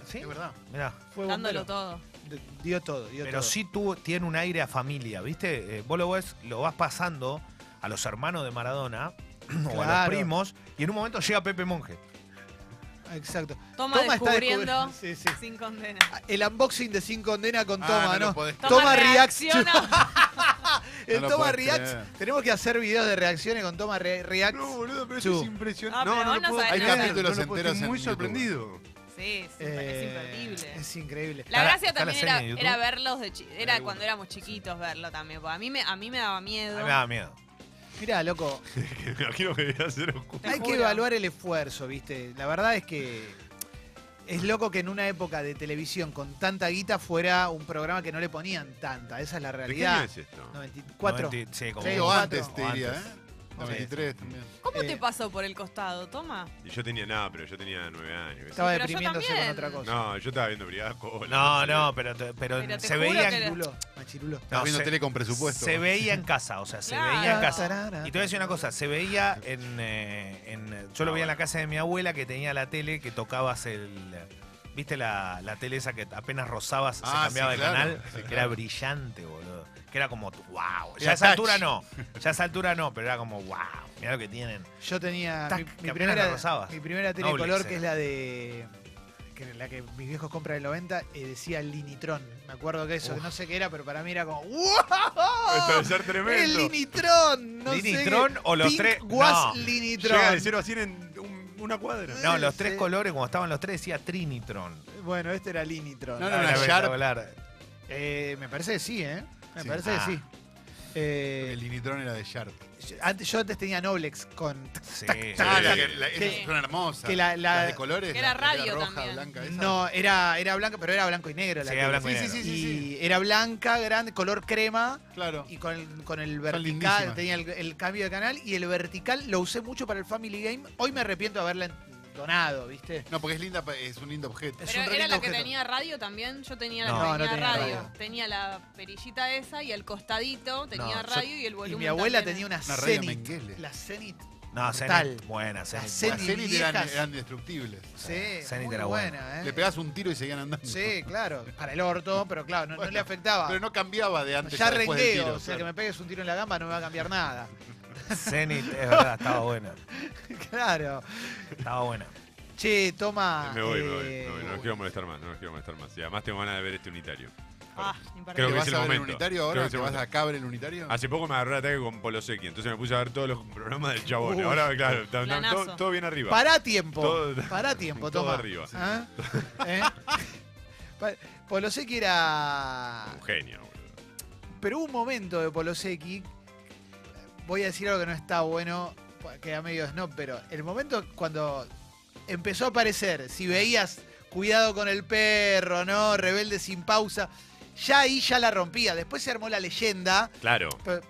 Speaker 5: ¿Sí?
Speaker 6: Es verdad.
Speaker 5: Mirá.
Speaker 3: Fue bombero.
Speaker 2: Dándolo todo.
Speaker 3: D- Dio todo, dio
Speaker 5: Pero
Speaker 3: todo.
Speaker 5: sí tuvo, tiene un aire a familia, ¿viste? Eh, vos lo ves, lo vas pasando a los hermanos de Maradona o a
Speaker 3: Claro.
Speaker 5: los primos, y en un momento llega Pepe Monje.
Speaker 3: Exacto.
Speaker 2: Toma,
Speaker 3: está
Speaker 2: descubriendo
Speaker 3: descubri- Sí, sí. Ah,
Speaker 2: sin condena.
Speaker 3: El unboxing de Sin Condena con
Speaker 6: Ah,
Speaker 3: Toma,
Speaker 6: no lo
Speaker 3: ¿no?
Speaker 6: podés-
Speaker 3: Toma Reacts.
Speaker 2: reacciona.
Speaker 3: El
Speaker 6: No lo
Speaker 3: Toma
Speaker 6: podés
Speaker 3: Reacts.
Speaker 6: creer.
Speaker 3: Tenemos que hacer videos de reacciones con Toma Re- Reacts.
Speaker 1: No, boludo, pero
Speaker 3: Chu.
Speaker 1: eso es impresionante.
Speaker 2: No, pero vos
Speaker 1: lo
Speaker 2: no
Speaker 1: puedo
Speaker 2: sabés
Speaker 1: creer,
Speaker 6: nada. Hay capítulos
Speaker 1: no lo puedo-
Speaker 6: enteros
Speaker 1: Estoy muy
Speaker 6: en
Speaker 1: sorprendido.
Speaker 2: sí, sí,
Speaker 3: Eh,
Speaker 2: es imperdible.
Speaker 3: Es increíble.
Speaker 2: La
Speaker 5: Está-
Speaker 2: gracia
Speaker 5: está la
Speaker 2: también
Speaker 5: serie
Speaker 2: era,
Speaker 5: en YouTube.
Speaker 2: era verlos de chi-
Speaker 5: Ahí,
Speaker 2: era
Speaker 5: bueno.
Speaker 2: cuando éramos chiquitos verlo también, porque a mí me a mí me daba
Speaker 5: A
Speaker 2: miedo.
Speaker 5: mí me daba miedo.
Speaker 3: Mirá, loco,
Speaker 1: que me imagino que debe ser oscuro.
Speaker 2: Te
Speaker 3: hay que
Speaker 2: juro.
Speaker 3: evaluar el esfuerzo, ¿viste? La verdad es que es loco que en una época de televisión con tanta guita fuera un programa que no le ponían tanta. Esa es la
Speaker 1: ¿De qué año
Speaker 3: realidad.
Speaker 1: es esto?
Speaker 3: 94.
Speaker 5: 90, sí, como
Speaker 3: Sí,
Speaker 6: o antes,
Speaker 3: cuatro.
Speaker 6: te
Speaker 5: O
Speaker 6: diría,
Speaker 5: antes.
Speaker 6: ¿eh?
Speaker 5: Sí.
Speaker 6: 93 también.
Speaker 2: ¿Cómo
Speaker 3: Eh.
Speaker 2: te pasó por el costado? Toma.
Speaker 1: Y yo tenía nada, pero yo tenía nueve años. qué sé
Speaker 3: Estaba
Speaker 2: Pero yo
Speaker 3: deprimiéndose con
Speaker 2: también.
Speaker 3: otra
Speaker 1: yo.
Speaker 3: cosa.
Speaker 1: No, yo estaba viendo Brigada Cola,
Speaker 5: No,
Speaker 1: sé.
Speaker 5: no, pero, te- pero
Speaker 2: Pero te
Speaker 5: se
Speaker 2: juro
Speaker 5: veía
Speaker 2: que le-
Speaker 3: Machiruló, machiruló.
Speaker 5: No,
Speaker 6: Estás viendo
Speaker 5: se-
Speaker 6: tele con presupuesto.
Speaker 5: Se veía en casa, o sea, se
Speaker 2: Claro.
Speaker 5: veía en casa.
Speaker 3: Tarara.
Speaker 5: Y te voy a decir una cosa, se veía en... eh, en- yo lo
Speaker 1: Ah,
Speaker 5: veía en la
Speaker 1: bueno.
Speaker 5: casa de mi abuela que tenía la tele que tocabas el... ¿Viste la, la tele esa que apenas rozabas
Speaker 6: Ah,
Speaker 5: se cambiaba
Speaker 6: sí,
Speaker 5: de
Speaker 6: claro,
Speaker 5: canal?
Speaker 6: sí,
Speaker 5: Que era
Speaker 6: claro.
Speaker 5: brillante, boludo. Que era como, wow. Ya
Speaker 6: Era
Speaker 5: a esa
Speaker 6: touch.
Speaker 5: altura no, ya a esa altura no, pero era como, wow, mirá lo que tienen.
Speaker 3: Yo tenía
Speaker 5: Tac,
Speaker 3: mi,
Speaker 5: que
Speaker 3: mi
Speaker 5: apenas la
Speaker 3: primera,
Speaker 5: rozabas.
Speaker 3: mi primera tele
Speaker 5: Noble
Speaker 3: color,
Speaker 5: ese.
Speaker 3: que es la de. que- la que mis viejos compran en el 90, eh, decía Linitron. Me acuerdo que eso, que no sé qué era, pero para mí era como.
Speaker 1: Esto
Speaker 3: ¡Wow!
Speaker 1: debe ser
Speaker 3: ¡Es
Speaker 1: tremendo.
Speaker 3: Linitron! No sé qué-
Speaker 5: ¿Linitron o los
Speaker 3: Pink
Speaker 5: tres?
Speaker 3: Was
Speaker 5: No.
Speaker 1: Llega
Speaker 3: Linitron.
Speaker 1: de 0 a 100 en un- una cuadra.
Speaker 5: No, los tres
Speaker 3: Sí.
Speaker 5: colores, cuando estaban los tres, decía Trinitron.
Speaker 3: Bueno, este era Linitron.
Speaker 6: No, no,
Speaker 5: Era
Speaker 6: una Sharp.
Speaker 5: espectacular.
Speaker 3: Eh, me parece que sí, ¿eh? Me
Speaker 6: Sí.
Speaker 3: parece
Speaker 5: Ah.
Speaker 3: que sí. Eh,
Speaker 6: El Linitron era de Sharp.
Speaker 3: yo- antes, yo antes tenía Noblex con.
Speaker 5: Sí.
Speaker 6: Ah,
Speaker 1: sí.
Speaker 6: la que- la-
Speaker 3: Que-
Speaker 6: esas son hermosas.
Speaker 3: que la- la-
Speaker 6: Las de colores.
Speaker 2: que era
Speaker 6: la-
Speaker 2: radio
Speaker 6: roja,
Speaker 2: también.
Speaker 6: blanca, esa.
Speaker 3: No, era, era blanca, pero era blanco y negro.
Speaker 5: Sí,
Speaker 3: la
Speaker 5: era
Speaker 3: tele.
Speaker 5: blanco y negro.
Speaker 3: y era blanca, grande, color crema.
Speaker 6: Claro.
Speaker 3: Y con el, con el
Speaker 6: lindísimas.
Speaker 3: vertical, tenía el, el cambio de canal. Y el vertical lo usé mucho para el Family Game. Hoy me arrepiento de haberla donado, ¿viste?
Speaker 6: No, porque es linda, pa- es un lindo objeto.
Speaker 3: Es
Speaker 2: Pero
Speaker 3: un re
Speaker 2: era
Speaker 3: lindo
Speaker 2: la que
Speaker 3: objeto.
Speaker 2: tenía radio también. Yo tenía la
Speaker 5: No,
Speaker 2: que
Speaker 3: no
Speaker 2: tenía
Speaker 3: tenía
Speaker 2: radio.
Speaker 3: radio.
Speaker 2: Tenía la perillita esa y al costadito tenía
Speaker 5: No, yo-
Speaker 2: radio y el
Speaker 3: Y
Speaker 2: volumen.
Speaker 3: mi
Speaker 2: también
Speaker 3: abuela
Speaker 2: ¿eh?
Speaker 3: tenía una,
Speaker 6: Una radio
Speaker 3: Zenit.
Speaker 6: Mengele.
Speaker 3: La Zenit.
Speaker 5: No,
Speaker 3: Mortal.
Speaker 5: Zenith, buena, Zenith,
Speaker 3: Zenith.
Speaker 6: Las
Speaker 5: buena.
Speaker 6: series
Speaker 3: viejas.
Speaker 6: eran, eran destructibles.
Speaker 3: Sí,
Speaker 5: Zenit
Speaker 3: muy
Speaker 5: era
Speaker 3: buena,
Speaker 5: buena.
Speaker 3: ¿eh?
Speaker 6: Le pegabas un tiro y seguían andando.
Speaker 3: Sí, claro. Para el orto, pero claro, no, no
Speaker 6: Bueno,
Speaker 3: le afectaba.
Speaker 6: Pero no cambiaba de antes
Speaker 3: ya
Speaker 6: a después del
Speaker 3: rengueo,
Speaker 6: tiro.
Speaker 3: o sea, que
Speaker 6: claro.
Speaker 3: me pegues un tiro en la gamba no me va a cambiar nada.
Speaker 5: Zenith, es verdad, estaba buena.
Speaker 3: claro.
Speaker 5: Estaba buena.
Speaker 3: Che, toma.
Speaker 1: Me voy, me
Speaker 3: eh,
Speaker 1: voy. No, no los quiero molestar más, no los quiero molestar más. Y además tengo ganas de ver este unitario.
Speaker 2: Ah,
Speaker 1: Creo
Speaker 6: ¿Te
Speaker 1: que
Speaker 2: imperdible.
Speaker 1: es
Speaker 6: vas
Speaker 1: el
Speaker 6: a ver el
Speaker 1: momento.
Speaker 6: unitario
Speaker 1: Creo
Speaker 6: ahora?
Speaker 1: que es
Speaker 6: ¿Te
Speaker 1: el
Speaker 6: vas a
Speaker 1: momento. Ah,
Speaker 6: cabre el unitario?
Speaker 1: Hace poco me agarró el ataque con Polosecchi, entonces me puse a ver todos los programas del chabón.
Speaker 3: Uy.
Speaker 1: Ahora, claro, está- está-
Speaker 2: Planazo.
Speaker 1: todo, todo bien arriba.
Speaker 3: Pará tiempo.
Speaker 1: Todo-
Speaker 3: Pará tiempo,
Speaker 1: todo
Speaker 3: toma.
Speaker 1: arriba.
Speaker 3: ¿Ah? ¿Eh? Pa- Polosecki era.
Speaker 1: Un genio, boludo.
Speaker 3: Pero hubo un momento de Polosecki. Voy a decir algo que no está bueno, queda medio snob, pero el momento cuando empezó a aparecer, si veías cuidado con el perro, ¿no? Rebelde sin pausa, ya ahí ya la rompía. Después se armó la leyenda.
Speaker 1: Claro.
Speaker 3: pero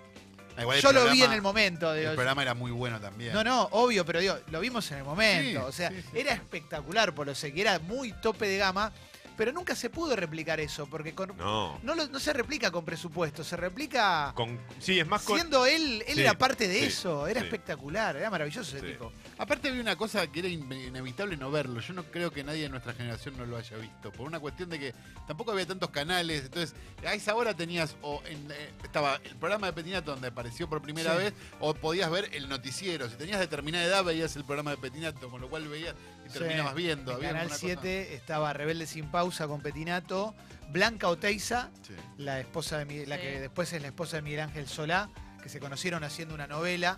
Speaker 6: Ah, igual el
Speaker 3: yo lo vi
Speaker 6: programa-
Speaker 3: en el momento.
Speaker 6: El
Speaker 3: digo,
Speaker 6: programa era muy bueno también.
Speaker 3: no, no, obvio, pero digo, lo vimos en el momento.
Speaker 6: Sí,
Speaker 3: o sea,
Speaker 6: sí,
Speaker 3: era espectacular por lo sé, que era muy tope de gama, pero nunca se pudo replicar eso, porque con, no.
Speaker 1: No.
Speaker 3: lo- no se replica con presupuesto, se replica
Speaker 1: Con, sí, es más con.
Speaker 3: siendo él, él
Speaker 1: Sí,
Speaker 3: era parte de
Speaker 1: sí,
Speaker 3: eso, era
Speaker 1: sí.
Speaker 3: espectacular, era maravilloso ese
Speaker 1: Sí.
Speaker 3: tipo.
Speaker 6: Aparte había una cosa que era in- inevitable no verlo. Yo no creo que nadie de nuestra generación no lo haya visto. Por una cuestión de que tampoco había tantos canales. Entonces, a esa hora tenías o en, eh, estaba el programa de Petinato donde apareció por primera
Speaker 3: Sí.
Speaker 6: vez o podías ver el noticiero. Si tenías determinada edad veías el programa de Petinato, con lo cual veías y
Speaker 3: Sí.
Speaker 6: terminabas viendo.
Speaker 3: En
Speaker 6: Había
Speaker 3: Canal
Speaker 6: alguna cosa-
Speaker 3: 7 estaba Rebelde sin pausa con Petinato, Blanca Oteiza,
Speaker 6: Sí.
Speaker 3: la esposa de Miguel- la
Speaker 2: Sí.
Speaker 3: que después es la esposa de Miguel Ángel Solá, que se conocieron haciendo una novela.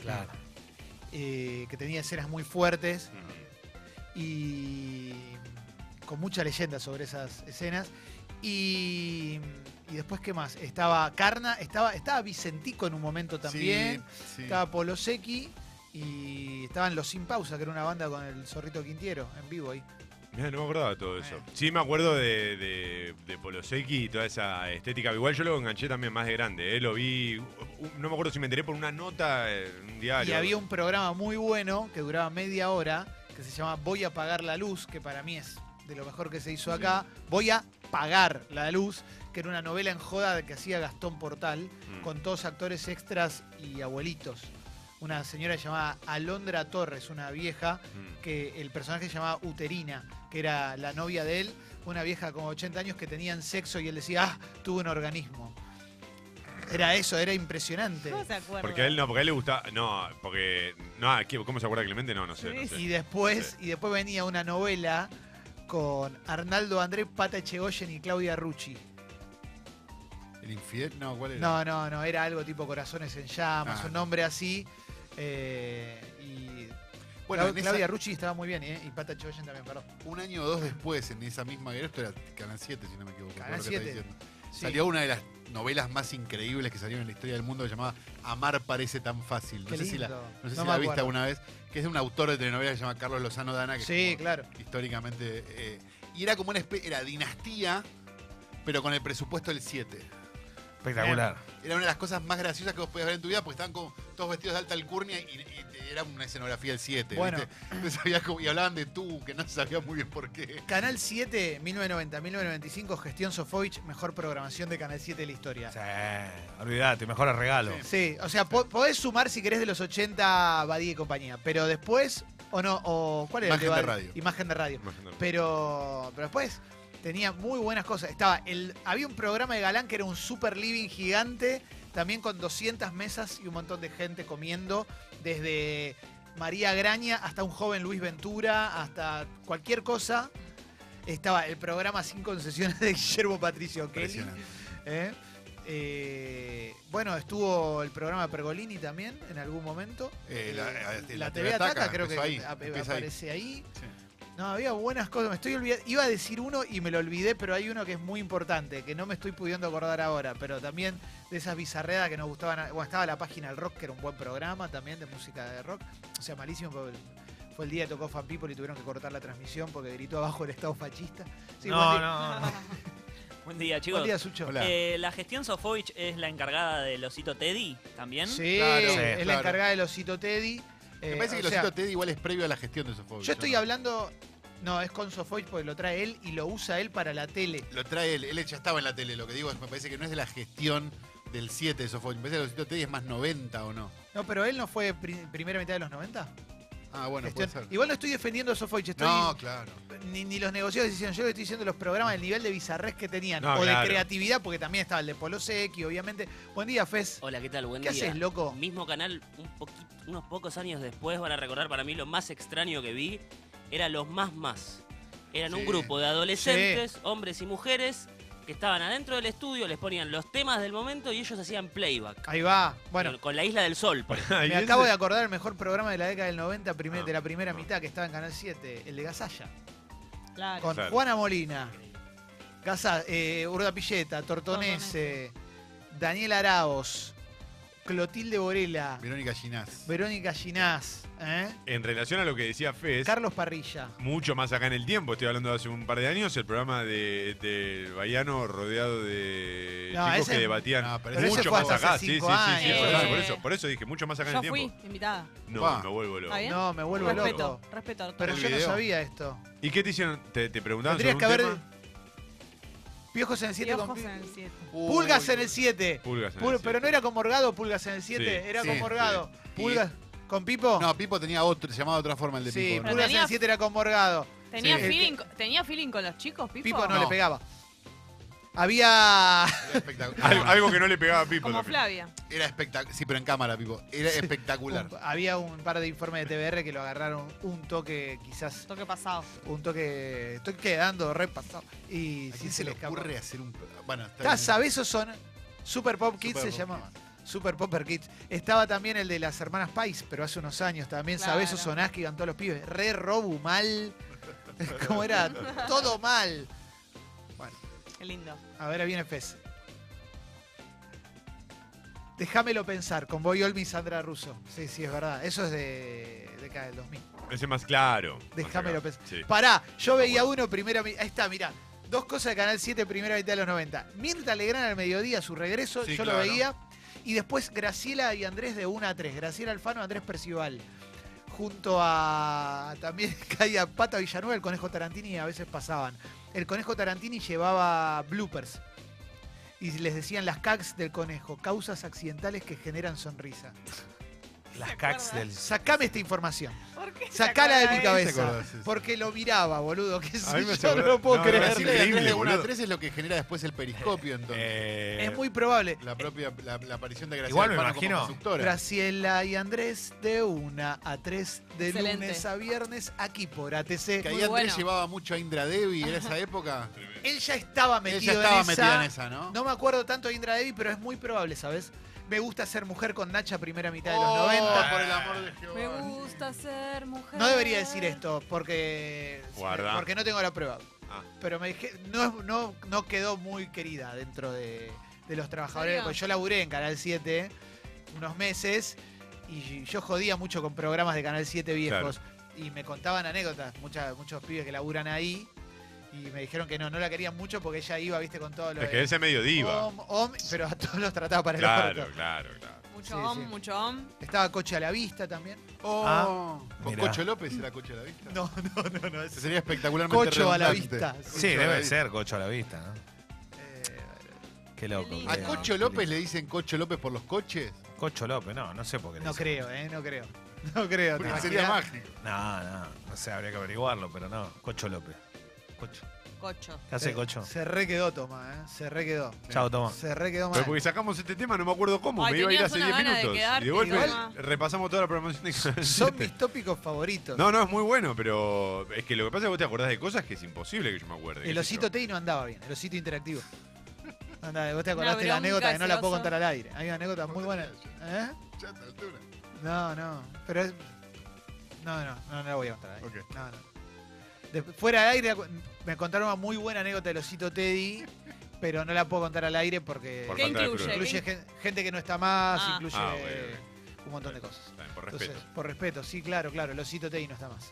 Speaker 5: Claro.
Speaker 3: eh, que tenía escenas muy fuertes.
Speaker 1: Mm.
Speaker 3: y con mucha leyenda sobre esas escenas. Y, y después, ¿qué más? Estaba Carna, estaba, estaba Vicentico en un momento también,
Speaker 6: Sí, sí.
Speaker 3: estaba Polosecki y estaban Los Sin Pausa, que era una banda con el Zorrito Quintiero en vivo ahí.
Speaker 1: Mirá, no me acordaba de todo eso.
Speaker 3: Bueno.
Speaker 1: Sí, me acuerdo de, de, de Polosecki y toda esa estética. Igual yo lo enganché también más de grande. ¿eh? Lo vi. u- No me acuerdo si me enteré por una nota en un diario.
Speaker 3: y había un programa muy bueno que duraba media hora, que se llamaba Voy a pagar la luz, que para mí es de lo mejor que se hizo acá. Voy a pagar la luz, que era una novela en joda que hacía Gastón Portal.
Speaker 1: Mm.
Speaker 3: con todos actores extras y abuelitos. Una señora llamada Alondra Torres, una vieja,
Speaker 1: Mm.
Speaker 3: que el personaje se llamaba Uterina, que era la novia de él, una vieja como 80 años que tenían sexo y él decía, ah, tuve un organismo. Era eso, era impresionante.
Speaker 2: No se acuerda.
Speaker 1: Porque a él no, porque a él le gustaba. No, porque. No, ah, ¿qué- ¿cómo se acuerda Clemente? No, no sé. No
Speaker 2: Sí,
Speaker 1: sé.
Speaker 3: Y después, y después venía una novela con Arnaldo Andrés Pata Echegoyen y Claudia Rucci.
Speaker 6: El infiel. No, ¿cuál era?
Speaker 3: No, no, no, era algo tipo Corazones en Llamas,
Speaker 6: Ah,
Speaker 3: un nombre así. eh, y
Speaker 6: Bueno,
Speaker 3: Clau-
Speaker 6: en esa-
Speaker 3: Claudia Rucci estaba muy bien, ¿eh? Y Pata Echegoyen también, perdón.
Speaker 6: un año o dos después, en esa misma guerra, esto era Canal 7, si no me equivoco. por
Speaker 3: Canal
Speaker 6: lo que está
Speaker 3: 7.
Speaker 6: diciendo.
Speaker 3: Sí.
Speaker 6: Salió una de las novelas más increíbles que salieron en la historia del mundo que llamaba Amar parece tan fácil. No
Speaker 3: Qué
Speaker 6: sé si la,
Speaker 3: lindo.
Speaker 6: no sé
Speaker 3: No
Speaker 6: si
Speaker 3: me
Speaker 6: la viste
Speaker 3: acuerdo.
Speaker 6: alguna vez, que es de un autor de telenovela que se llama Carlos Lozano Dana, que es
Speaker 3: Sí,
Speaker 6: como
Speaker 3: claro.
Speaker 6: históricamente... eh, y era como una espe- era dinastía, pero con el presupuesto del 7.
Speaker 5: Espectacular.
Speaker 6: Era una de las cosas más graciosas que vos podías ver en tu vida porque estaban como todos vestidos de alta alcurnia y, y era una escenografía del 7.
Speaker 3: Bueno.
Speaker 6: ¿viste? Entonces había como- y hablaban de tú, que no se sabía muy bien por qué.
Speaker 3: Canal 7, 1990-1995, gestión Sofovich, mejor programación de Canal 7 de la historia.
Speaker 5: Sí, olvídate, mejor el regalo.
Speaker 6: Sí.
Speaker 3: Sí, o sea, po- podés sumar si querés de los 80 Badía y compañía, pero después, o no, o ¿cuál era el
Speaker 6: Imagen de
Speaker 3: Badía?
Speaker 6: radio.
Speaker 3: Imagen de radio.
Speaker 1: Imagínate.
Speaker 3: Pero, pero después tenía muy buenas cosas. Estaba el, había un programa de Galán que era un super living gigante, también con 200 mesas y un montón de gente comiendo, desde María Graña hasta un joven Luis Ventura, hasta cualquier cosa. Estaba el programa sin concesiones de Guillermo Patricio Kelly.
Speaker 6: Impresionante.
Speaker 3: ¿eh? Eh, bueno, estuvo el programa de Pergolini también en algún momento.
Speaker 6: Eh, la- la-
Speaker 3: Eh,
Speaker 6: la
Speaker 3: la
Speaker 6: TV
Speaker 3: TV Ataca
Speaker 6: Ataca
Speaker 3: creo que
Speaker 6: empezó ahí,
Speaker 3: ap-
Speaker 6: empieza ahí.
Speaker 3: aparece ahí.
Speaker 6: Sí.
Speaker 3: No, había buenas cosas. Me estoy olvidando. Iba a decir uno y me lo olvidé, pero hay uno que es muy importante, que no me estoy pudiendo acordar ahora, pero también de esas bizarreadas que nos gustaban. Bueno, estaba la página del rock, que era un buen programa también de música de rock. O sea, malísimo. porque Fue el día que tocó Fan People y tuvieron que cortar la transmisión porque gritó abajo el Estado fascista. Sí, buen
Speaker 5: no,
Speaker 3: día-
Speaker 5: no, no.
Speaker 4: Buen día,
Speaker 3: Buen
Speaker 4: chicos.
Speaker 3: día, Sucho.
Speaker 6: Hola.
Speaker 4: Eh, la gestión Sofovich es la encargada del osito Teddy también.
Speaker 3: Sí,
Speaker 6: Claro,
Speaker 3: es
Speaker 5: sí,
Speaker 3: la
Speaker 6: claro.
Speaker 3: encargada del osito Teddy.
Speaker 6: Me
Speaker 3: Eh,
Speaker 6: parece que
Speaker 3: o
Speaker 6: lo
Speaker 3: sea,
Speaker 6: cito Teddy igual es previo a la gestión de Sofovich.
Speaker 3: Yo estoy
Speaker 6: ¿no?
Speaker 3: hablando. No, es con Sofoy porque lo trae él y lo usa él para la tele.
Speaker 6: Lo trae él, él ya estaba en la tele, lo que digo es, me parece que no es de la gestión del 7 de Sofovich. Me parece que lo cito Teddy es más 90 o no.
Speaker 3: No, pero él no fue pri- primera mitad de los 90.
Speaker 6: Ah, bueno, puede
Speaker 3: Gestión-
Speaker 6: ser.
Speaker 3: Igual no estoy defendiendo a Sofovich, estoy.
Speaker 6: No, claro.
Speaker 3: Ni, ni los negocios de decisión, yo le estoy diciendo los programas, el nivel de bizarrés que tenían,
Speaker 1: No,
Speaker 3: o
Speaker 1: claro.
Speaker 3: de creatividad, porque también estaba el de Polo Secchi, obviamente. Buen día, Fez.
Speaker 4: Hola, ¿qué tal? Buen
Speaker 3: ¿Qué
Speaker 4: día.
Speaker 3: haces, loco?
Speaker 4: Mismo canal, un poqui- unos pocos años después van a recordar para mí lo más extraño que vi. Era los más más. Eran
Speaker 6: Sí.
Speaker 4: un grupo de adolescentes, hombres y mujeres, que estaban adentro del estudio, les ponían los temas del momento y ellos hacían playback.
Speaker 3: Ahí va. Bueno,
Speaker 4: Con- con la Isla del Sol, por ejemplo.
Speaker 1: Ahí
Speaker 3: me
Speaker 1: es-
Speaker 3: acabo de acordar el mejor programa de la década del 90, primer-
Speaker 1: Ah,
Speaker 3: de la primera
Speaker 1: no.
Speaker 3: mitad, que estaba en Canal 7, el de Gasalla.
Speaker 2: Claro.
Speaker 3: Con
Speaker 1: Claro.
Speaker 3: Juana Molina, Gaza, eh, Urda Pilleta, Tortonese,
Speaker 2: Tortonese.
Speaker 3: Daniel Araos, Clotilde Borela,
Speaker 6: Verónica Ginás.
Speaker 3: Verónica Ginás, ¿eh?
Speaker 1: En relación a lo que decía Fez,
Speaker 3: Carlos Parrilla.
Speaker 1: mucho más acá en el tiempo, estoy hablando de hace un par de años, el programa de, del Baiano rodeado de
Speaker 3: No,
Speaker 1: chicos
Speaker 3: ese-
Speaker 1: que debatían
Speaker 6: No, pero ese
Speaker 1: mucho
Speaker 6: fue
Speaker 1: más
Speaker 6: hasta
Speaker 3: hace
Speaker 1: acá. Sí, sí, sí,
Speaker 3: cinco
Speaker 1: sí,
Speaker 3: años.
Speaker 1: es verdad,
Speaker 2: Eh.
Speaker 1: por eso, por eso dije, mucho más acá en
Speaker 2: Yo
Speaker 1: el
Speaker 2: fui
Speaker 1: tiempo.
Speaker 2: invitada.
Speaker 1: No,
Speaker 6: Pa.
Speaker 1: me vuelvo loco.
Speaker 2: ¿Está bien?
Speaker 3: No, me vuelvo
Speaker 2: respeto,
Speaker 3: loco.
Speaker 2: respeto. doctor.
Speaker 3: Pero
Speaker 6: El
Speaker 3: yo no
Speaker 6: video.
Speaker 3: sabía esto.
Speaker 1: ¿Y qué te hicieron? ¿Te, te preguntaban sobre
Speaker 3: Tendrías
Speaker 1: un
Speaker 3: que haber.
Speaker 1: tema?
Speaker 3: Piojos en el 7 con.
Speaker 2: Piojos en el siete.
Speaker 6: Uy,
Speaker 3: Pulgas en el 7.
Speaker 1: Pulgas. en el
Speaker 3: Pul-
Speaker 1: cielo.
Speaker 3: Pero no era con Morgado, Pulgas en el 7.
Speaker 1: Sí,
Speaker 3: era
Speaker 6: sí,
Speaker 3: con
Speaker 6: sí.
Speaker 3: Morgado.
Speaker 6: Y-
Speaker 3: Pulgas. ¿Con Pipo?
Speaker 6: No, Pipo tenía otro, se llamaba de otra forma el de
Speaker 3: sí,
Speaker 6: Pipo. ¿no?
Speaker 2: Pero
Speaker 3: Pulgas en
Speaker 2: tenía-
Speaker 3: el 7 era con Morgado.
Speaker 2: ¿Tenía,
Speaker 6: Sí.
Speaker 2: feeling, co- ¿Tenía feeling con los chicos, Pipo?
Speaker 3: Pipo no,
Speaker 6: No.
Speaker 3: le pegaba. Había.
Speaker 6: Era espectacular.
Speaker 1: Algo, algo que no le pegaba a Pipo.
Speaker 2: Como
Speaker 1: también.
Speaker 2: Flavia.
Speaker 6: Era espectacular. Sí, pero en cámara, Pipo. Era espectacular.
Speaker 3: un- había un par de informes de TBR que lo agarraron un toque, quizás.
Speaker 2: Toque pasado.
Speaker 3: Un toque. Estoy quedando re pasado. Y
Speaker 6: ¿A
Speaker 3: sí
Speaker 6: quién se le
Speaker 3: escapó.
Speaker 6: ocurre hacer un. Bueno, está
Speaker 3: Está,
Speaker 6: bien.
Speaker 3: ¿Sabés? Esos son. Super Pop Kids
Speaker 6: Super
Speaker 3: se
Speaker 6: Pop
Speaker 3: llamaba.
Speaker 6: Kids.
Speaker 3: Super Popper Kids. Estaba también el de las hermanas Pais, pero hace unos años también.
Speaker 2: Claro.
Speaker 3: Sabés o sonás que iban todos los pibes. Re robu mal. Como era todo mal.
Speaker 2: Qué lindo.
Speaker 3: A ver, ahí viene Fez. Déjamelo pensar, con Boy Olmi y Sandra Russo. Sí, sí, es verdad. Eso es de década del 2000.
Speaker 1: Ese más claro. más
Speaker 3: Déjamelo pues.
Speaker 1: acá.
Speaker 3: pensar.
Speaker 1: Sí.
Speaker 3: Pará, yo veía
Speaker 1: Ah,
Speaker 3: uno primera. mi- Ahí está, mirá. Dos cosas de Canal 7, primera mitad de los 90. Mirta Legrán al mediodía, su regreso,
Speaker 6: Sí,
Speaker 3: yo
Speaker 6: claro.
Speaker 3: lo veía. Y después Graciela y Andrés de 1 a 3. Graciela Alfano, Andrés Percival. Junto a. También caía Pata Villanueva, el Conejo Tarantini, y a veces pasaban. El Conejo Tarantini llevaba bloopers. Y les decían las cags del conejo, causas accidentales que generan sonrisa.
Speaker 5: Las cacs del.
Speaker 3: Sacame esta información.
Speaker 2: ¿Por qué?
Speaker 3: Sacala de mi
Speaker 6: ¿Te
Speaker 3: cabeza.
Speaker 6: acordás? Sí, sí.
Speaker 3: Porque lo miraba, boludo. Que
Speaker 1: A mí me
Speaker 3: yo no
Speaker 1: acordás-
Speaker 3: lo puedo
Speaker 1: no, no,
Speaker 3: creer.
Speaker 1: es
Speaker 6: Decirle
Speaker 1: increíble,
Speaker 6: la 3 de 1 a
Speaker 1: boludo.
Speaker 6: 3 es lo que genera después el periscopio, entonces.
Speaker 5: eh,
Speaker 3: Es muy probable.
Speaker 6: la propia la, la aparición de Graciela
Speaker 5: Igual me
Speaker 6: Alfano
Speaker 5: imagino.
Speaker 6: como conductora.
Speaker 3: Graciela y Andrés de 1 a 3 de
Speaker 2: Excelente.
Speaker 3: lunes a viernes aquí por
Speaker 6: que
Speaker 3: ATC.
Speaker 6: ahí
Speaker 2: Muy
Speaker 6: Andrés
Speaker 2: bueno.
Speaker 6: llevaba mucho a Indra Devi en esa época.
Speaker 3: Él ya estaba metido
Speaker 6: Él ya estaba
Speaker 3: en
Speaker 6: metida
Speaker 3: esa.
Speaker 6: en esa, ¿no?
Speaker 3: No me acuerdo tanto de Indra Devi, pero es muy probable, ¿sabes? Me gusta ser mujer con Nacha primera mitad de los
Speaker 6: Oh,
Speaker 3: 90.
Speaker 6: Por el amor de
Speaker 2: Me
Speaker 6: Jehová.
Speaker 2: gusta ser mujer.
Speaker 3: No debería decir esto porque,
Speaker 1: Guarda.
Speaker 3: porque no tengo la prueba.
Speaker 1: Ah.
Speaker 3: Pero me dije, no, no, no quedó muy querida dentro de, de los trabajadores.
Speaker 2: serio?
Speaker 3: Porque yo laburé en Canal 7 unos meses y yo jodía mucho con programas de Canal 7 viejos. Y me contaban anécdotas, muchas, muchos pibes que laburan ahí. Y me dijeron que no, no la querían mucho porque ella iba, viste, con todo lo
Speaker 1: Es que ese medio diva.
Speaker 3: om, om, pero a todos los trataba para el
Speaker 1: Claro,
Speaker 3: orto.
Speaker 1: claro, claro.
Speaker 2: Mucho
Speaker 3: Sí,
Speaker 2: om,
Speaker 3: sí.
Speaker 2: mucho om.
Speaker 3: Estaba Coche a la Vista también.
Speaker 6: Oh, ¿Con
Speaker 5: Ah, mirá.
Speaker 6: Cocho López era Cocho a la vista?
Speaker 3: No, no, no, no.
Speaker 6: Ese
Speaker 3: es-
Speaker 6: sería espectacularmente
Speaker 3: Cocho a la
Speaker 6: redundante.
Speaker 3: Vista.
Speaker 5: Sí,
Speaker 6: Cocho a la
Speaker 5: debe
Speaker 6: vista.
Speaker 5: ser Cocho a la vista, ¿no?
Speaker 3: Eh,
Speaker 5: Qué loco.
Speaker 2: lindo.
Speaker 5: qué
Speaker 6: ¿A
Speaker 5: loco.
Speaker 6: Cocho López le dicen Cocho López por los coches?
Speaker 5: Cocho López, no, no sé por qué le
Speaker 3: No
Speaker 5: dicen.
Speaker 3: creo, ¿eh? No creo. No creo. ¿te
Speaker 6: Porque
Speaker 3: imaginas?
Speaker 6: sería mágico.
Speaker 5: No, no, no sé, habría que averiguarlo, pero no. Cocho López. Cocho.
Speaker 2: Cocho.
Speaker 5: ¿Qué
Speaker 3: Eh,
Speaker 5: hace Cocho?
Speaker 3: Se re quedó, Toma, ¿eh? Se re quedó.
Speaker 5: Chao, toma.
Speaker 3: Se re quedó
Speaker 1: Pero
Speaker 3: mal.
Speaker 1: porque sacamos este tema, no me acuerdo cómo,
Speaker 2: Ay,
Speaker 1: me iba a ir
Speaker 2: tenías
Speaker 1: hace
Speaker 2: una
Speaker 1: 10
Speaker 2: gana de
Speaker 1: minutos.
Speaker 2: quedarte,
Speaker 1: y de golpe
Speaker 2: igual.
Speaker 1: repasamos toda la programación de Canal
Speaker 3: Son
Speaker 1: 7.
Speaker 3: mis tópicos favoritos.
Speaker 1: No, no, es muy bueno, pero es que lo que pasa es que vos te acordás de cosas que es imposible que yo me acuerde. qué
Speaker 3: el
Speaker 1: sé
Speaker 3: osito
Speaker 1: yo.
Speaker 3: Teddy no andaba bien, el osito interactivo. Anda, vos te
Speaker 2: Una
Speaker 3: acordaste de la
Speaker 2: bronca
Speaker 3: anécdota que no la puedo
Speaker 2: ese oso.
Speaker 3: contar al aire. Hay una anécdota muy buena. ¿Eh?
Speaker 6: Ya a esta altura.
Speaker 3: No, no. Pero es... No, no, no, no la voy a contar. al aire.
Speaker 6: Ok.
Speaker 3: No, no. Después, fuera de aire me contaron una muy buena anécdota del osito Teddy, pero no la puedo contar al aire porque
Speaker 1: Por
Speaker 2: ¿Qué
Speaker 1: falta de
Speaker 2: incluye?
Speaker 1: pruebas.
Speaker 3: incluye gen- gente que no está más,
Speaker 2: Ah.
Speaker 3: incluye
Speaker 1: Ah, ok, ok.
Speaker 3: un montón de cosas.
Speaker 1: Está bien, Por
Speaker 3: Entonces,
Speaker 1: respeto.
Speaker 3: por respeto, sí, claro, claro. El osito Teddy no está más.